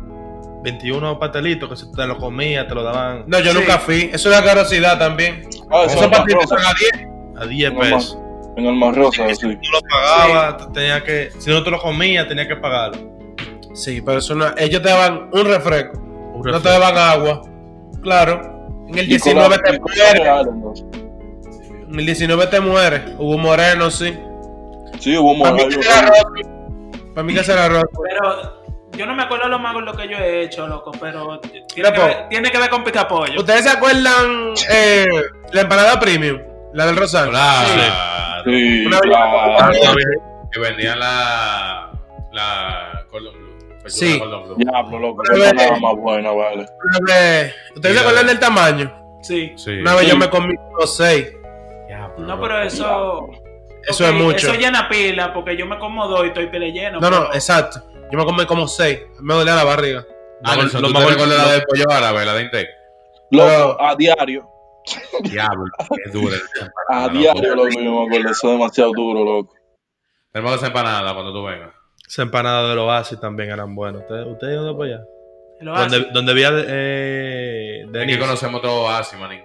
Speaker 5: 21 pastelitos que se te lo comía, te lo daban
Speaker 2: No, yo
Speaker 5: Sí.
Speaker 2: nunca fui. Eso es una carosidad también.
Speaker 4: Ah, eso
Speaker 2: Esos
Speaker 4: es más
Speaker 2: pastelitos son
Speaker 4: rosa.
Speaker 2: a 10.
Speaker 5: a 10
Speaker 4: Mamá.
Speaker 5: pesos.
Speaker 4: En el más rosa, sí.
Speaker 5: No lo pagabas, te tenía que, si no te lo comías, tenía que pagarlo.
Speaker 2: Sí, pero eso no- ellos te daban un refresco.
Speaker 5: Un
Speaker 2: No te
Speaker 5: refresco.
Speaker 2: daban agua. Claro. En el
Speaker 4: Y con la-
Speaker 2: 19 te
Speaker 4: y con la
Speaker 2: mueres.
Speaker 4: real, entonces.
Speaker 2: En el 19 te mueres. Hubo moreno, sí.
Speaker 4: Sí, hubo un
Speaker 2: Para mí
Speaker 4: moreno.
Speaker 2: que será rosa. Para mí que será rosa.
Speaker 1: Pero yo no me acuerdo lo más lo que yo he hecho, loco, pero tiene,
Speaker 2: Mira,
Speaker 1: que
Speaker 2: po.
Speaker 1: ver, tiene que ver con picapollo.
Speaker 2: ¿Ustedes se acuerdan eh, la empanada premium? La del Rosario.
Speaker 3: Claro.
Speaker 4: Sí,
Speaker 2: Una vez-
Speaker 4: claro.
Speaker 3: Tanto bien Que vendían la. La. Cordon Bleu. Pechuga
Speaker 2: Sí.
Speaker 3: de Cordon Bleu.
Speaker 4: Diablo, loco, no es nada más buena, vale.
Speaker 2: Eh, ¿Ustedes se
Speaker 3: Mira.
Speaker 2: acuerdan del tamaño?
Speaker 1: Sí.
Speaker 3: Sí.
Speaker 2: Una vez
Speaker 4: Sí.
Speaker 2: yo me comí los seis.
Speaker 3: Diablo.
Speaker 1: No, pero eso.
Speaker 2: Eso
Speaker 1: ok,
Speaker 2: es mucho.
Speaker 1: Eso llena pila, porque yo me como dos y estoy pile lleno.
Speaker 2: No, no,
Speaker 1: pero-
Speaker 2: exacto. Yo me comí como seis. Me dolía la barriga.
Speaker 3: Anderson,
Speaker 5: Lo
Speaker 3: Ah, ¿tú
Speaker 5: mejor-
Speaker 3: te recuerdas
Speaker 5: lo-
Speaker 3: la del pollo árabe, la de Intec?
Speaker 2: Pero-
Speaker 4: Loco, a diario.
Speaker 3: Diablo, qué dura. [LAUGHS] esa empanada,
Speaker 4: A
Speaker 3: loco.
Speaker 4: diario, loco, yo me acuerdo. Eso es demasiado duro, loco.
Speaker 3: Tenemos que hacer empanada cuando tú vengas.
Speaker 5: Esa empanada del oasis también eran buenas. ¿Ustedes, ustedes dónde para allá?
Speaker 1: Lo
Speaker 2: Ah,
Speaker 1: hace.
Speaker 5: Donde, donde había eh,
Speaker 3: Aquí
Speaker 5: Denis.
Speaker 3: conocemos todo Oasis, manín.
Speaker 4: Eh,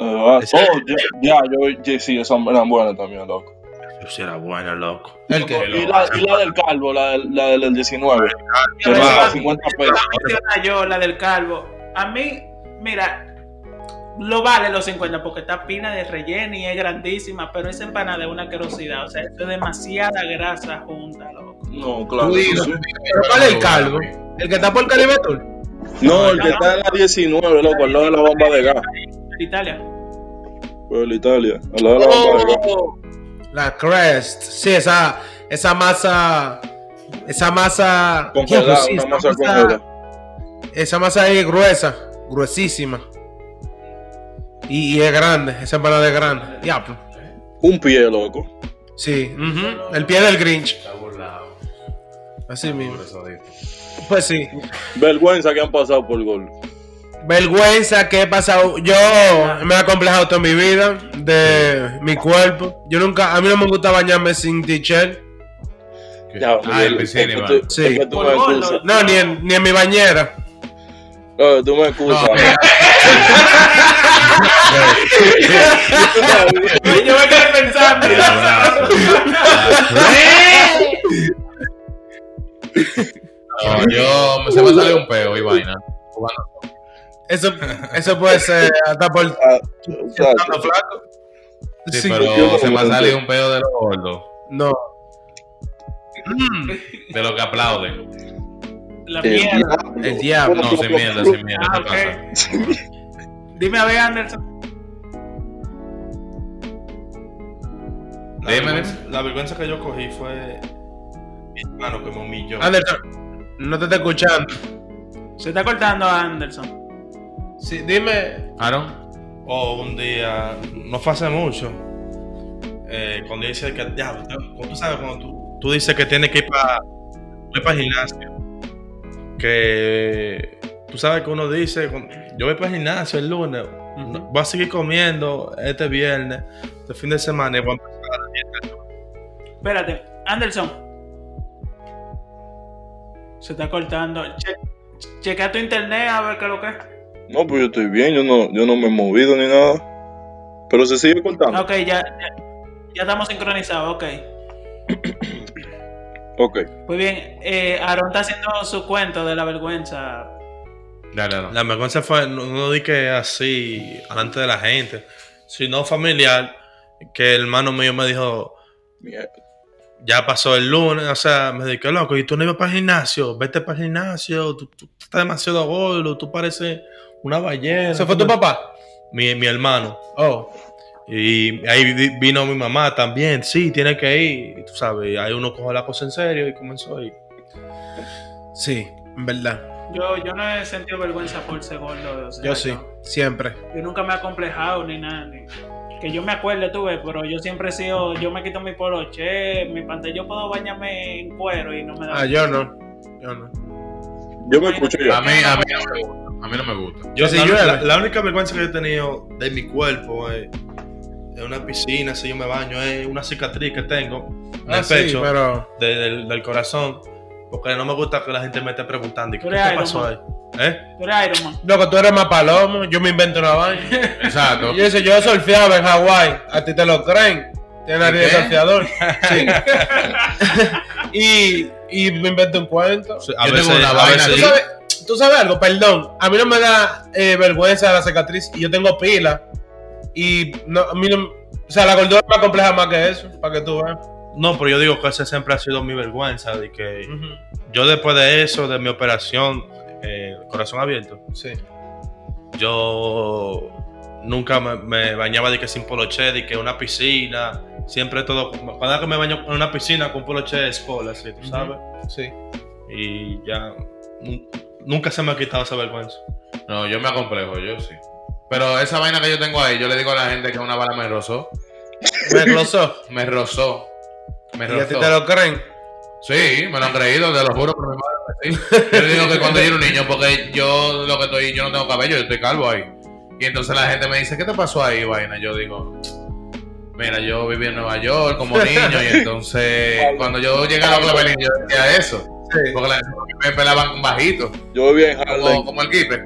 Speaker 4: ah,
Speaker 5: Ese-
Speaker 4: oh, ya, ya, yo, ya, sí, esas eran buenas también, loco.
Speaker 5: Yo sí era buena, loco.
Speaker 2: ¿El
Speaker 4: Loco,
Speaker 2: qué?
Speaker 3: que-
Speaker 4: Y la, y la del calvo, la, del- la del 19. Que
Speaker 1: Pero
Speaker 4: era
Speaker 1: esa-
Speaker 4: a 50 pesos.
Speaker 1: esa menciona yo, la del calvo. A mí, mira, lo vale los 50 porque está pina de relleno y es grandísima, pero esa empanada es una querosidad. O sea, esto es demasiada grasa junta, loco.
Speaker 4: No, claro.
Speaker 2: Tú
Speaker 4: eso
Speaker 2: digas.
Speaker 4: sí.
Speaker 2: ¿Pero cuál es el calvo? ¿El que está por Caribe Tour?
Speaker 4: No, el que está en la 19, loco, al lado de la bomba de gas.
Speaker 1: En Italia.
Speaker 4: Por el Italia, al lado de la
Speaker 2: Oh.
Speaker 4: bomba
Speaker 1: Eh.
Speaker 4: de gas.
Speaker 2: La Crest. Sí, esa, esa masa. Esa masa.
Speaker 4: Congelada,
Speaker 2: Sí,
Speaker 4: una
Speaker 2: esa
Speaker 4: masa congelada.
Speaker 2: Esa masa ahí es gruesa, gruesísima. Y, y es grande, esa empanada es grande. Diablo.
Speaker 4: Un pie, loco.
Speaker 2: Sí, ujú, el pie del Grinch.
Speaker 3: Está burlado.
Speaker 2: Así mismo.
Speaker 3: Eso dice.
Speaker 2: Pues sí.
Speaker 4: Vergüenza que han pasado por gol.
Speaker 2: Vergüenza que he pasado. Yo me he acomplejado toda mi vida de mi cuerpo. Yo nunca, a mí no me gusta bañarme sin t-shirt.
Speaker 3: ¿Qué?
Speaker 4: Ya,
Speaker 3: ah, el
Speaker 4: Miguel,
Speaker 3: piscina,
Speaker 4: es que
Speaker 3: Iván.
Speaker 4: tú-
Speaker 2: Sí.
Speaker 4: es que tú me
Speaker 1: Por gol,
Speaker 4: excusas.
Speaker 2: No, ni en, ni en mi bañera.
Speaker 4: No, tú me excusas.
Speaker 1: Yo me quedé pensando.
Speaker 3: No, [LAUGHS] yo se me salió un peo y vaina.
Speaker 2: Eso, eso puede ser hasta por
Speaker 4: Ah, o sea,
Speaker 2: estando flaco.
Speaker 3: Sí,
Speaker 2: Sí.
Speaker 3: pero se me ha salido un peo de los gordos,
Speaker 2: No.
Speaker 3: de los que aplauden.
Speaker 1: [LAUGHS] La
Speaker 4: el
Speaker 1: mierda.
Speaker 4: diablo.
Speaker 2: El diablo.
Speaker 3: Ah, No, sin mierda, sin mierda,
Speaker 1: Ah,
Speaker 3: ¿qué pasa?
Speaker 1: Dime a ver, Anderson.
Speaker 5: La,
Speaker 3: Dime,
Speaker 5: vergüenza, la vergüenza que yo cogí fue mi hermano que me humilló.
Speaker 2: Anderson, no te está escuchando.
Speaker 1: Se está cortando Anderson.
Speaker 2: Sí, dime.
Speaker 3: Aaron,
Speaker 5: O un día, no fue hace mucho, eh, cuando dice que, ya, tú sabes, cuando tú, tú dices que tienes que ir para para gimnasio, que tú sabes que uno dice, cuando- yo voy para gimnasio el lunes, no- voy a seguir comiendo este viernes, este fin de semana, y voy a empezar a dieta.
Speaker 1: Espérate. Anderson. Se está cortando. Che, chequea tu internet a ver qué es lo que es.
Speaker 4: No, pues yo estoy bien, yo no, yo no me he movido ni nada. Pero se sigue cortando.
Speaker 1: Ok, ya, ya, ya estamos sincronizados, ok. Ah.
Speaker 4: Ok.
Speaker 1: Muy bien, eh, Aaron está haciendo su cuento de la vergüenza.
Speaker 3: dale, Aaron.
Speaker 5: La vergüenza fue, no, no di que así, delante de la gente, sino familiar, que el hermano mío me dijo,
Speaker 4: Mierda.
Speaker 5: ya pasó el lunes, o sea, me dije, loco, y tú no ibas para el gimnasio, vete para el gimnasio, tú, tú estás demasiado gordo, tú pareces una ballena.
Speaker 2: ¿Se fue tu papá?
Speaker 5: Mi, mi hermano.
Speaker 2: Oh.
Speaker 5: Y ahí vi- vino mi mamá también, sí, tiene que ir, y tú sabes, y ahí uno coge la cosa en serio y comenzó ahí.
Speaker 2: Sí, en verdad.
Speaker 1: Yo, yo no he sentido vergüenza por ser gordo. o sea,
Speaker 2: Yo sí,
Speaker 1: no.
Speaker 2: siempre.
Speaker 1: Yo nunca me he complejado ni nada. ni- que yo me acuerde, tú ves, pero yo siempre he sido, yo me quito mi poloche, mi pantalón, yo puedo bañarme en cuero y no me da...
Speaker 2: Ah, yo no. Yo no.
Speaker 4: Yo me escucho
Speaker 3: A
Speaker 4: ya.
Speaker 3: mí, a mí no me gusta. A mí no me gusta.
Speaker 5: Yo,
Speaker 2: Sí,
Speaker 5: la,
Speaker 2: llueve.
Speaker 5: la- la única vergüenza que yo he tenido de mi cuerpo es en una piscina, si yo me baño, es una cicatriz que tengo en
Speaker 2: Ah,
Speaker 5: el
Speaker 2: sí,
Speaker 5: pecho
Speaker 2: pero.
Speaker 5: de- del, del corazón. Porque no me gusta que la gente me esté preguntando. ¿y ¿Qué,
Speaker 1: Tú
Speaker 5: qué
Speaker 1: eres Iron
Speaker 5: pasó
Speaker 1: Man.
Speaker 5: ahí? ¿Eh?
Speaker 1: Tú eres Iron Man.
Speaker 2: Loco, tú eres más palomo, yo me invento una vaina. [LAUGHS]
Speaker 1: [LAUGHS]
Speaker 3: Exacto.
Speaker 2: Yo dice, yo surfeaba en Hawái, a ti te lo creen. Tienes nariz de
Speaker 3: ¿Qué?
Speaker 2: surfeador. Sí. [LAUGHS] y, y me invento un cuento.
Speaker 5: Sí, A
Speaker 3: Yo
Speaker 5: veces,
Speaker 3: tengo una
Speaker 5: a
Speaker 3: vaina
Speaker 5: veces-
Speaker 2: ¿Tú
Speaker 3: Sí.
Speaker 2: sabes, tú sabes algo, perdón. A mí no me da eh, vergüenza la cicatriz y yo tengo pila. Y no, a mí no- O sea, la gordura es más compleja más que eso, para que tú veas.
Speaker 5: No, pero yo digo que esa siempre ha sido mi vergüenza. De que yo después de eso, de mi operación, eh, corazón abierto,
Speaker 2: Sí.
Speaker 5: yo nunca me, me bañaba de que sin poloche, de que una piscina, siempre todo, como- cada que me baño en una piscina con poloche es polo, así, tú sabes.
Speaker 2: Sí.
Speaker 5: Y ya, nu- nunca se me ha quitado esa vergüenza.
Speaker 3: No, yo me acomplejo, yo sí. Pero esa vaina que yo tengo ahí, yo le digo a la gente que una bala me rozó.
Speaker 2: Me glosó.
Speaker 3: Me rozó. Me
Speaker 2: [LAUGHS] y a ti
Speaker 3: rozó.
Speaker 2: te lo creen.
Speaker 3: Sí, me lo han creído, te lo juro por mi madre. que sí. Yo le digo que cuando yo era un niño, porque yo lo que estoy, yo no tengo cabello, yo estoy calvo ahí. Y entonces la gente me dice, ¿qué te pasó ahí, vaina? Yo digo, mira, yo viví en Nueva York como niño, y
Speaker 2: [LAUGHS]
Speaker 3: entonces cuando yo llegué a los clavelines, yo decía eso.
Speaker 2: Sí.
Speaker 3: Porque la, me pelaban con bajito
Speaker 4: Yo vivía en
Speaker 3: como,
Speaker 4: Harlem.
Speaker 3: como el Kipe.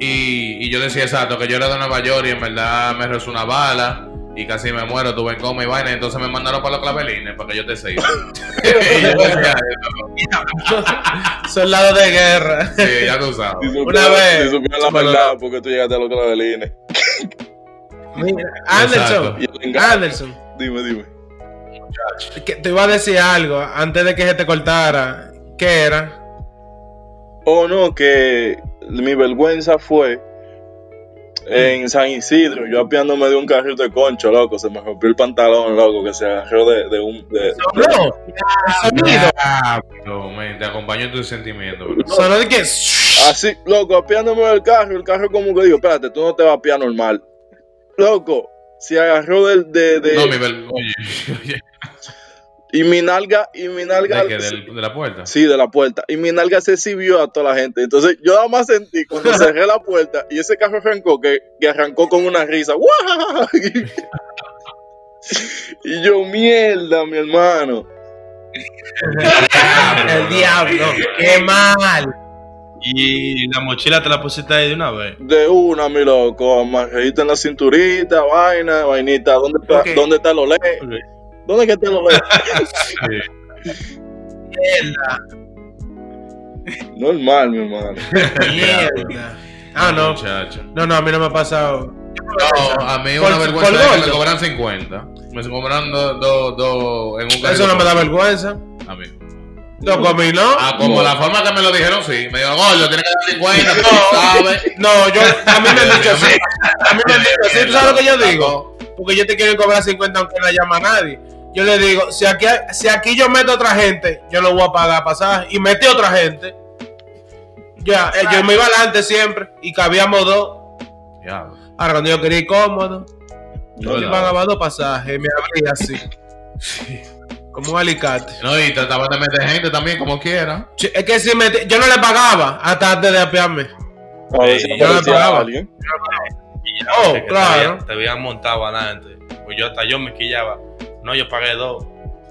Speaker 3: Y, y yo decía exacto que yo era de Nueva York y en verdad me rezó una bala y casi me muero, tuve en coma y vaina. Entonces me mandaron para los clavelines para que yo te [LAUGHS] siga. y yo decía,
Speaker 2: Soldado de guerra.
Speaker 3: sí, ya tú
Speaker 4: Si
Speaker 3: sabes.
Speaker 4: supieran-
Speaker 2: vez.
Speaker 4: si supieran la
Speaker 2: Bueno,
Speaker 4: verdad, porque tú llegaste a los clavelines.
Speaker 2: Anderson.
Speaker 4: Y el engaño-
Speaker 2: Anderson.
Speaker 4: Dime, dime.
Speaker 2: que te iba a decir algo antes de que se te cortara. ¿Qué era?
Speaker 4: Oh, no, que mi vergüenza fue en San Isidro, yo apiándome de un carril de concho, loco, se me rompió el pantalón, loco, que se agarró de, de un... de-
Speaker 2: No. Sonido.
Speaker 3: No, men, te acompaño en tus sentimientos, bro.
Speaker 2: Sonó de que. Ah,
Speaker 4: Así, loco, apiándome del carro, el carro como que digo, espérate, tú no te vas a apiar normal. Loco, se agarró del... De, de-
Speaker 3: No, mi ver- oye, oye,
Speaker 4: y mi nalga, y mi nalga...
Speaker 3: ¿de qué? ¿Del- de la puerta.
Speaker 4: Sí, de la puerta. Y mi nalga se exhibió a toda la gente. Entonces yo nada más sentí
Speaker 1: [LAUGHS]
Speaker 4: cuando cerré la puerta y ese carro arrancó, que, que arrancó con una risa. [LAUGHS] ¡Guau! Y yo, mierda, mi hermano.
Speaker 2: El diablo. Qué mal.
Speaker 5: Y la mochila te la pusiste ahí de una vez.
Speaker 4: De una, mi loco. Amarradita en la cinturita, vaina, vainita. ¿Dónde está,
Speaker 1: Ok.
Speaker 4: ¿dónde está el olé? ¿Dónde que está el
Speaker 1: [LAUGHS]
Speaker 4: olé? Normal, mi hermano.
Speaker 5: [LAUGHS]
Speaker 2: Mierda. Ah, no.
Speaker 3: Muchacho.
Speaker 2: No, no, a mí no me ha pasado.
Speaker 3: No, a mí
Speaker 2: Por-
Speaker 3: una
Speaker 2: por
Speaker 3: vergüenza es que me
Speaker 2: gordo.
Speaker 3: cobran 50. Me cobran dos dos- dos en un
Speaker 2: Eso no me da vergüenza.
Speaker 3: A mí.
Speaker 2: Loco, a mí no. [LAUGHS]
Speaker 3: Ah, como la forma que me lo dijeron, sí. Me dijeron, gordo, tienes que dar 50, tú sabes.
Speaker 2: No, [LAUGHS] yo. [LAUGHS] A mí me han dicho así. A mí me han dicho así. ¿Tú sabes lo que yo digo? Porque yo te quiero cobrar 50 aunque no llama a nadie. Yo le digo, si aquí, si aquí yo meto otra gente, yo lo voy a pagar pasaje. Y metí otra gente. Ya, eh, yo me iba adelante siempre y cabíamos dos.
Speaker 3: Diablo.
Speaker 2: Ahora cuando yo quería ir cómodo, yo
Speaker 3: Hola.
Speaker 2: iba a grabar dos pasajes, me abrí así. Como un alicate.
Speaker 3: No, y trataba de meter gente también, como quiera.
Speaker 2: Ch- Es que si me, yo no le pagaba hasta antes de apearme.
Speaker 4: A ver si
Speaker 5: Ey,
Speaker 2: yo no
Speaker 4: aparecía
Speaker 2: pagaba.
Speaker 4: alguien.
Speaker 2: Oh,
Speaker 5: Que te
Speaker 2: claro.
Speaker 5: habían- Te habían montado adelante. Pues yo hasta yo me quillaba. No, yo pagué dos.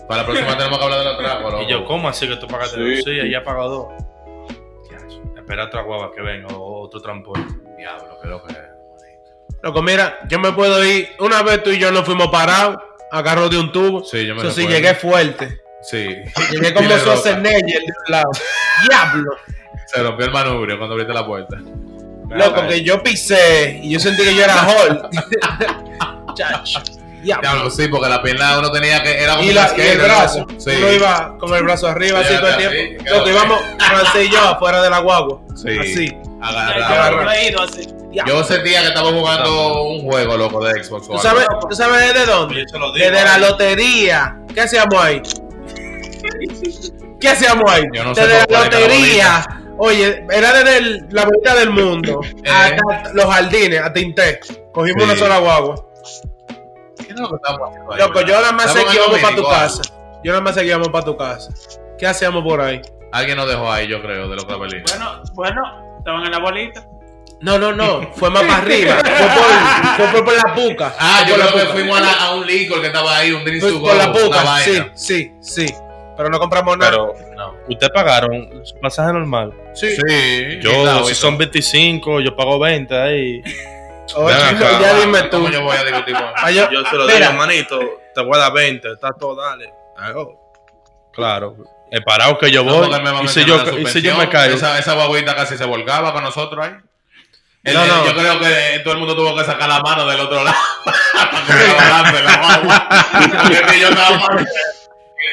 Speaker 3: Para
Speaker 2: [LAUGHS]
Speaker 3: la próxima tenemos que hablar de los tragos, loco.
Speaker 5: Y yo, ¿cómo así que tú pagaste
Speaker 4: Sí.
Speaker 5: dos? Sí, ella ha pagado dos. Ya, Espera otra guava que venga o otro transporte.
Speaker 3: Diablo, qué loco que
Speaker 2: eh.
Speaker 3: es.
Speaker 2: Loco, mira, yo me puedo ir. Una vez tú y yo nos fuimos parados, agarro de un tubo.
Speaker 3: Sí, yo me
Speaker 2: Eso sí,
Speaker 3: recuerdo.
Speaker 2: llegué fuerte.
Speaker 3: Sí.
Speaker 2: [LAUGHS] Llegué
Speaker 3: [LAUGHS]
Speaker 2: como
Speaker 3: Tiene ropa.
Speaker 2: Schwarzenegger de un lado. Diablo.
Speaker 3: Se rompió el manubrio cuando abriste la puerta.
Speaker 5: eh,
Speaker 2: Loco, que yo pisé y yo sentí que yo era Hulk.
Speaker 3: [LAUGHS]
Speaker 2: Chacho. Diablo.
Speaker 3: Diablo, sí, porque la pierna uno tenía que. Era como
Speaker 2: y,
Speaker 3: un
Speaker 2: la- y
Speaker 3: skate,
Speaker 2: el
Speaker 3: ¿no?
Speaker 2: brazo.
Speaker 3: Sí.
Speaker 2: Uno iba con el brazo arriba así
Speaker 3: Sí,
Speaker 2: todo el
Speaker 3: así,
Speaker 2: tiempo.
Speaker 3: claro.
Speaker 2: Loco, íbamos Francés y yo afuera de la guagua.
Speaker 3: Sí.
Speaker 2: Así. Ah,
Speaker 1: Ya,
Speaker 3: Agarraba.
Speaker 1: Yo he ido así.
Speaker 3: Yo sentía que estaba jugando un juego, loco, de Xbox.
Speaker 2: ¿Tú
Speaker 3: o algo.
Speaker 2: sabes, ¿Tú sabes de dónde?
Speaker 5: Yo te lo digo. eh.
Speaker 2: Desde la lotería. ¿Qué hacíamos ahí? ¿Qué hacíamos ahí?
Speaker 3: Yo no sé
Speaker 2: desde
Speaker 3: cómo
Speaker 2: la
Speaker 3: fue la
Speaker 2: lotería. Oye, era desde el- la mitad del mundo
Speaker 3: Eh.
Speaker 2: hasta los jardines, a Tinté. Cogimos
Speaker 3: Sí.
Speaker 2: una sola guagua.
Speaker 3: ¿Qué es lo que estamos haciendo ahí,
Speaker 2: Loco,
Speaker 3: verdad?
Speaker 2: yo nada más
Speaker 3: Estamos en el
Speaker 2: seguíamos para tu
Speaker 3: domingo, ¿ah?
Speaker 2: casa. Yo nada más seguíamos para tu casa. ¿Qué hacíamos por ahí?
Speaker 3: ah. Alguien nos dejó ahí, yo creo, de los clavelines.
Speaker 1: Bueno, bueno, estaban en la bolita.
Speaker 2: No, no,
Speaker 3: [LAUGHS]
Speaker 2: no. Fue más para arriba. Fue por, fue por, por la puca.
Speaker 3: Ah,
Speaker 2: Fue
Speaker 3: yo
Speaker 2: por
Speaker 3: creo que
Speaker 2: puca.
Speaker 3: fuimos a, la- a un licor que estaba ahí, un drink
Speaker 2: Fue
Speaker 3: to
Speaker 2: por la
Speaker 3: go, una
Speaker 2: puca. Sí,
Speaker 3: vaina.
Speaker 2: sí, sí. pero no compramos nada.
Speaker 5: Pero
Speaker 3: No.
Speaker 5: ustedes pagaron su pasaje normal.
Speaker 2: sí.
Speaker 3: Sí.
Speaker 5: Yo, si son 25, yo pago 20 ahí.
Speaker 2: Oye,
Speaker 3: Ven acá,
Speaker 2: ya dime tú.
Speaker 3: Ah, ¿cómo yo voy a discutir con-
Speaker 2: Ah, yo-
Speaker 5: Yo se lo
Speaker 2: Mira.
Speaker 5: digo, manito, te voy a dar 20, está todo, dale. Ah, oh. Claro, he parado que yo
Speaker 3: No,
Speaker 5: voy.
Speaker 3: porque él me va a
Speaker 5: y, si
Speaker 3: meter
Speaker 5: yo,
Speaker 3: una
Speaker 5: y si yo
Speaker 3: suspensión.
Speaker 5: me caigo.
Speaker 3: Esa, esa guaguita casi se volcaba con nosotros ahí. El-
Speaker 2: No, no.
Speaker 3: Yo creo que todo el mundo tuvo que sacar la mano del otro lado [LAUGHS] para que no balance la
Speaker 5: [LAUGHS]
Speaker 3: guagua. Porque yo estaba-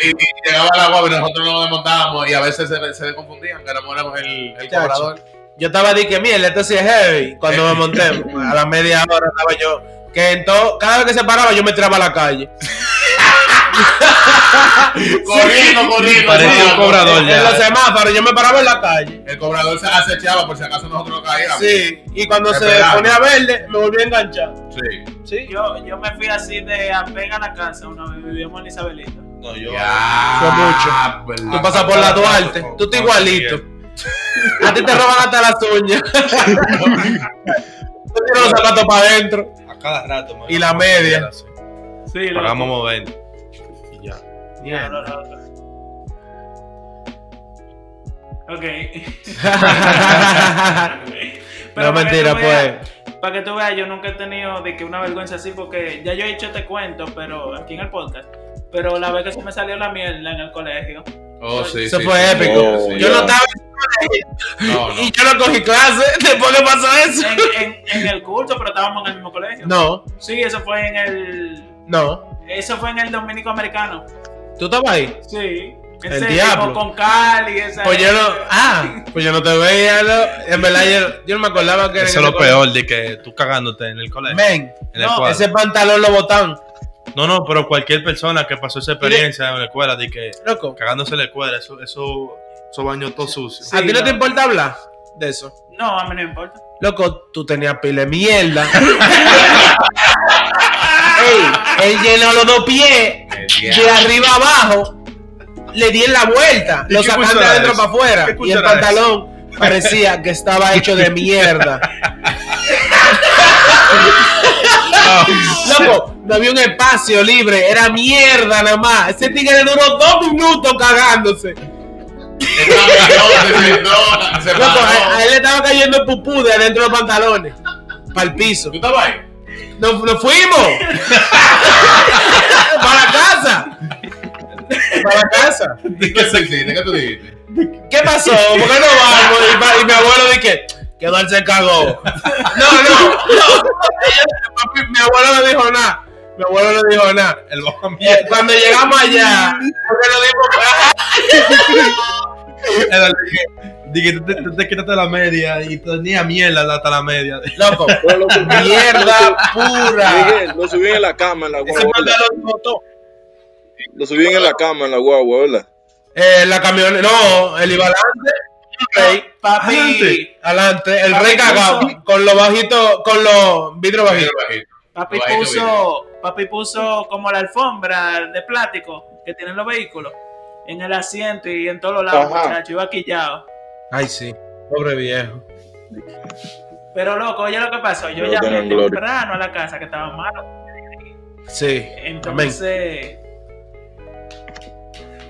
Speaker 3: y, y llegaba la guagua y nosotros nos desmontábamos y a veces se, se confundían que éramos éramos el, el
Speaker 2: Chacho.
Speaker 3: cobrador.
Speaker 2: Yo estaba de que mierda, esto sí es heavy. Cuando me monté, a la media hora estaba yo. Que en todo, cada vez que se paraba, yo me tiraba a la calle.
Speaker 3: Corriendo, corriendo.
Speaker 5: Parecía un
Speaker 3: corriendo.
Speaker 5: cobrador
Speaker 2: En los
Speaker 5: ya.
Speaker 2: semáforos, yo me paraba en la calle.
Speaker 3: El cobrador se acechaba por si acaso nosotros no caíamos.
Speaker 2: Sí. Y cuando se
Speaker 3: Esperando.
Speaker 2: ponía verde, me volví a enganchar.
Speaker 3: Sí.
Speaker 2: Sí.
Speaker 1: Yo, yo me fui así de apega a la casa una vez vivíamos en Isabelita.
Speaker 5: No, yo.
Speaker 2: Fue
Speaker 3: Ya.
Speaker 2: mucho. Tú pasas por la Duarte, tú estás igualito. [LAUGHS] A ti te roban hasta las uñas. Tú tiras los zapatos para adentro.
Speaker 5: A cada rato, man.
Speaker 2: Y la
Speaker 5: [LAUGHS]
Speaker 2: media. [LAUGHS]
Speaker 5: Sí.
Speaker 1: Sí, loco.
Speaker 5: Pagamos como 20. Y ya.
Speaker 1: Ya, no, no, no.
Speaker 2: [LAUGHS]
Speaker 1: Ok.
Speaker 2: No
Speaker 1: Pero para que
Speaker 2: mentira,
Speaker 1: tú veas-
Speaker 2: pues.
Speaker 1: Para que tú veas, yo nunca he tenido de que una vergüenza así, porque ya yo he hecho este cuento, pero aquí en el podcast. Pero la vez que se me salió la mierda en el colegio.
Speaker 3: Oh, sí,
Speaker 2: Eso
Speaker 3: sí,
Speaker 2: fue
Speaker 3: sí.
Speaker 2: épico.
Speaker 3: Oh,
Speaker 2: Yo
Speaker 3: ya.
Speaker 2: no estaba
Speaker 3: No, no.
Speaker 2: y yo no cogí clase. [LAUGHS] Después que pasó eso.
Speaker 1: En,
Speaker 2: [LAUGHS]
Speaker 1: en- en el curso, pero estábamos en el mismo colegio.
Speaker 2: No,
Speaker 1: Sí, eso fue en el.
Speaker 2: no.
Speaker 1: Eso fue en el Dominico Americano.
Speaker 2: ¿Tú estabas ahí?
Speaker 1: Sí.
Speaker 2: El
Speaker 1: Ese
Speaker 2: diablo.
Speaker 1: tipo Con Cali, esa.
Speaker 2: Pues yo no. Ah, pues yo no te veía. ¿no? En verdad, yo, yo no me acordaba que era
Speaker 5: Eso
Speaker 2: en
Speaker 5: es lo
Speaker 2: ese
Speaker 5: peor de que tú cagándote en el colegio.
Speaker 2: colegio. Men,
Speaker 5: en el
Speaker 2: no,
Speaker 5: cuadro.
Speaker 2: ese pantalón lo botan.
Speaker 5: No, no, pero cualquier persona que pasó esa experiencia en la escuela, de que
Speaker 2: Loco.
Speaker 5: cagándose en la escuela, eso, eso, eso bañó todo sucio.
Speaker 1: Sí,
Speaker 2: ¿A ti no
Speaker 1: no.
Speaker 2: te importa hablar de eso?
Speaker 1: [LAUGHS] No, a mí no me importa.
Speaker 2: Loco, tú tenías pile mierda.
Speaker 5: [LAUGHS]
Speaker 2: Ey, él llenó los dos pies de arriba abajo. Le di en la vuelta.
Speaker 5: ¿Y
Speaker 2: Lo
Speaker 5: qué
Speaker 2: sacaste de
Speaker 5: cuchara
Speaker 2: adentro
Speaker 5: es?
Speaker 2: para afuera.
Speaker 5: ¿Qué
Speaker 2: Y el
Speaker 5: cuchara es?
Speaker 2: pantalón parecía que estaba hecho de mierda.
Speaker 5: [LAUGHS]
Speaker 2: Loco, no había un espacio libre. Era mierda nada más. Ese tigre duró dos minutos cagándose.
Speaker 3: No, se
Speaker 2: Loco, a, a
Speaker 3: paró.
Speaker 2: él le estaba cayendo pupú de adentro de los pantalones. Para el piso.
Speaker 3: ¿Tú estabas ahí?
Speaker 2: ¡Nos, nos
Speaker 3: [LAUGHS]
Speaker 2: fuimos! ¡Para la casa! ¡Para la casa!
Speaker 3: ¿De ¿Qué se hiciste? ¿Qué tú dijiste?
Speaker 2: ¿Qué pasó? ¿Por qué no vamos? Y, pa- y mi abuelo dije, que él se cagó. No, no, no. Papi, mi abuelo no dijo nada. Mi abuelo no dijo nada.
Speaker 5: El baño-
Speaker 2: Eh, Cuando llegamos allá, porque lo dimos
Speaker 5: era de que, de que tú te, tú te quitaste la media y tenía mierda hasta la media.
Speaker 2: loco,
Speaker 4: Pero
Speaker 1: [LAUGHS]
Speaker 4: lo subí-
Speaker 2: mierda pura.
Speaker 4: Miguel, lo subí en la cama, en la
Speaker 2: Ese
Speaker 4: guagua, ¿verdad?
Speaker 2: pantalón botó.
Speaker 4: Lo subí en la cama, en la guagua, ¿verdad?
Speaker 2: Eh, la camioneta, no, él iba adelante. Rey.
Speaker 1: Papi.
Speaker 5: Adelante.
Speaker 2: Adelante, el
Speaker 1: Papi,
Speaker 2: rey cagado,
Speaker 1: puso-
Speaker 2: con los bajitos, con los vidrios bajitos.
Speaker 1: Papi
Speaker 3: Lo bajito
Speaker 1: puso, papi puso como la alfombra de plástico que tienen los vehículos en el asiento y en todos los lados,
Speaker 4: Ajá.
Speaker 1: muchacho, iba quillado.
Speaker 2: Ay, sí, pobre viejo.
Speaker 1: Pero loco, oye lo que pasó, yo
Speaker 4: Pero
Speaker 1: llamé
Speaker 4: tengan gloria.
Speaker 1: temprano a la casa que estaba malo.
Speaker 2: Sí, amén.
Speaker 1: Entonces,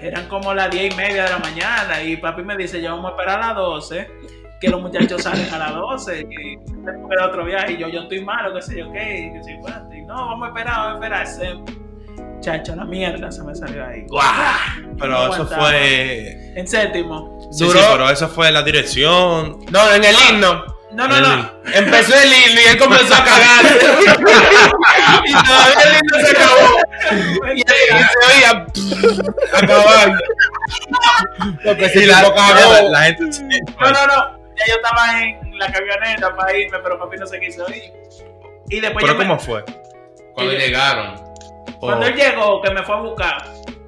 Speaker 1: eran como las diez y media de la mañana y papi me dice, ya vamos a esperar a las 12, que los muchachos salen a las 12 y tenemos que ir a otro viaje y yo, yo estoy malo, qué sé yo qué, y que sé cuánto. Y no, vamos a esperar, vamos a esperar. Se- Chacho, la mierda se me salió ahí.
Speaker 5: Pero eso
Speaker 1: Aguantaba.
Speaker 5: fue.
Speaker 1: En séptimo.
Speaker 5: Sí,
Speaker 2: Duró-
Speaker 5: sí, pero eso fue la dirección.
Speaker 2: No, en el himno.
Speaker 1: No, no, no.
Speaker 2: Empezó el himno y él comenzó a cagar. y todavía el himno se acabó. Y, y se oía pff, acabando. Lo que sí, la
Speaker 5: la,
Speaker 2: cagó.
Speaker 5: la gente. sí,
Speaker 1: [LAUGHS] No, no, no. Ya yo estaba en la camioneta para irme, pero papi no se quiso ir. Y después
Speaker 5: pero
Speaker 1: yo me-
Speaker 5: ¿cómo fue?
Speaker 3: Cuando
Speaker 1: Sí.
Speaker 3: llegaron.
Speaker 1: cuando
Speaker 5: Oh.
Speaker 1: él llegó, que me fue a buscar,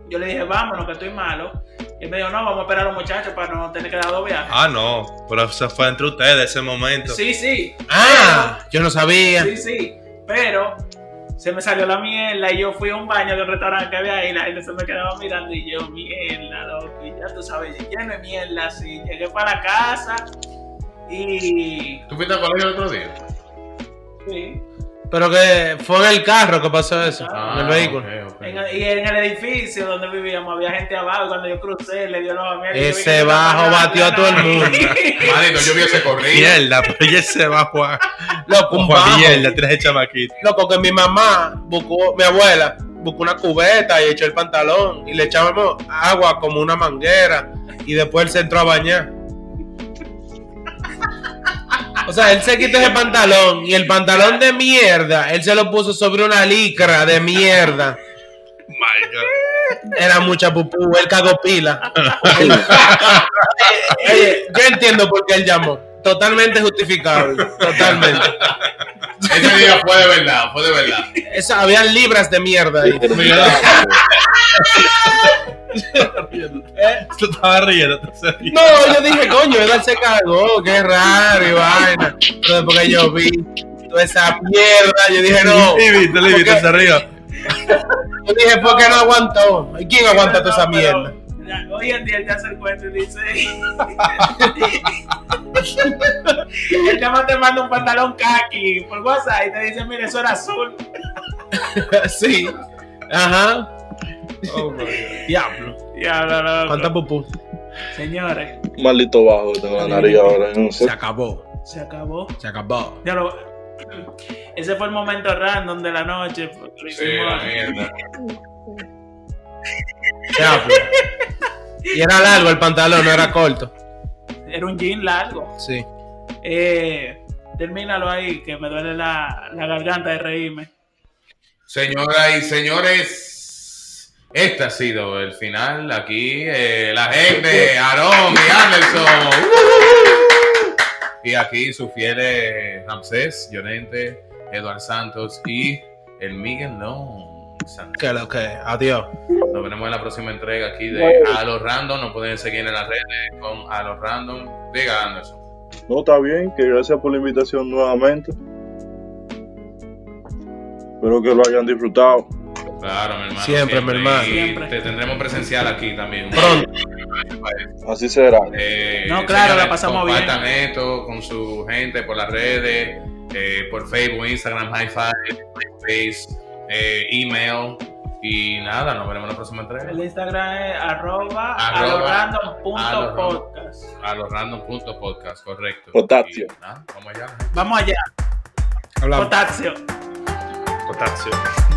Speaker 1: yo le dije, vámonos, que estoy malo. Y él me dijo, no, vamos a esperar a los muchachos para no tener que dar dos viajes.
Speaker 5: Ah, no. Pero eso fue entre ustedes ese momento.
Speaker 1: sí, sí,
Speaker 2: Ah, yo no sabía.
Speaker 1: sí, sí. Pero se me salió la mierda y yo fui a un baño de un restaurante que había ahí. La gente se me quedaba mirando y yo, mierda, loco. Y ya tú sabes, lleno de mierda, así. Llegué para la casa y.
Speaker 3: ¿Tú fuiste al colegio el otro día?
Speaker 1: Sí.
Speaker 2: Pero que fue en el carro que pasó eso, en el vehículo.
Speaker 3: Ah, ok, ok.
Speaker 1: En- y en el edificio donde vivíamos había gente abajo. y Cuando yo crucé, le dio la mierda.
Speaker 2: Ese bajo batió a todo el
Speaker 1: [LAUGHS]
Speaker 2: mundo.
Speaker 3: Manito, yo vi ese corrido.
Speaker 5: Mierda, pero ya se va a jugar.
Speaker 2: Loco, un
Speaker 5: Juan,
Speaker 2: bajo.
Speaker 5: mierda, tienes el chamaquito.
Speaker 2: Loco, que mi mamá buscó, mi abuela buscó una cubeta y echó el pantalón y le echábamos agua como una manguera y después él se entró a bañar. O sea, él se quitó ese pantalón y el pantalón de mierda, él se lo puso sobre una licra de mierda. Era mucha pupú, él cagó pila. Oye, yo entiendo por qué él llamó. Totalmente justificable, totalmente.
Speaker 3: Ese día fue de verdad, fue de verdad.
Speaker 2: Esa, habían libras de mierda ahí.
Speaker 5: Tú estabas riendo, tú se ríes.
Speaker 2: No, yo dije, coño, él se cagó, qué raro y vaina. Pero después que yo vi toda esa mierda, yo dije, no.
Speaker 5: Y viste, le viste,
Speaker 2: Porque- eh,
Speaker 5: se ríe.
Speaker 2: Yo dije, ¿por qué no aguantó? ¿Y quién aguanta toda esa mierda?
Speaker 1: Hoy en día él te hace el cuento y dice. [LAUGHS] él nada más te manda un pantalón kaki por WhatsApp y te dice: Mire, eso era azul.
Speaker 2: [LAUGHS] sí. Ajá. Diablo.
Speaker 1: Diablo, loco.
Speaker 2: ¿Cuánta pupú?
Speaker 1: Señores,
Speaker 4: Maldito bajo que tengo la nariz ahora. yo No sé.
Speaker 2: Se acabó.
Speaker 1: se acabó.
Speaker 2: Se acabó.
Speaker 1: Ya lo- Ese fue el momento random de la noche. porque lo
Speaker 3: Sí,
Speaker 1: hicimos-
Speaker 3: la mierda.
Speaker 2: Diablo. Y era largo el pantalón, no era corto.
Speaker 1: Era un jean largo.
Speaker 2: Sí.
Speaker 1: Eh, termínalo ahí, que me duele la, la garganta de reírme.
Speaker 3: Señoras y señores, este ha sido el final. Aquí eh, la gente, Aarón y Anderson. Y aquí sus fieles Ramsés, Llorente, Eduardo Santos y el Miguel Long. Santos.
Speaker 2: Que lo que. Adiós.
Speaker 3: Nos veremos en la próxima entrega aquí de A los Random. Nos pueden seguir en las redes con A los Random. Diga Anderson.
Speaker 4: No, está bien, que gracias por la invitación nuevamente. Espero que lo hayan disfrutado.
Speaker 3: Claro, mi hermano.
Speaker 2: Siempre, mi hermano.
Speaker 3: Y
Speaker 1: Siempre.
Speaker 3: Te tendremos presencial aquí también.
Speaker 2: Pronto.
Speaker 4: Así será.
Speaker 3: Eh,
Speaker 1: No, claro,
Speaker 3: señores,
Speaker 1: la pasamos bien.
Speaker 3: Compartan esto con su gente por las redes, eh, por Facebook, Instagram, Hi-Fi, MySpace, eh, email. Y nada, nos veremos en la próxima entrega.
Speaker 1: El Instagram es arroba,
Speaker 3: Arroba,
Speaker 1: alorandom.podcast.
Speaker 3: A los random.podcast, correcto.
Speaker 4: Potasio.
Speaker 3: Y nada, vamos allá.
Speaker 1: Vamos allá,
Speaker 2: Hablamos.
Speaker 1: potasio.
Speaker 5: Potasio.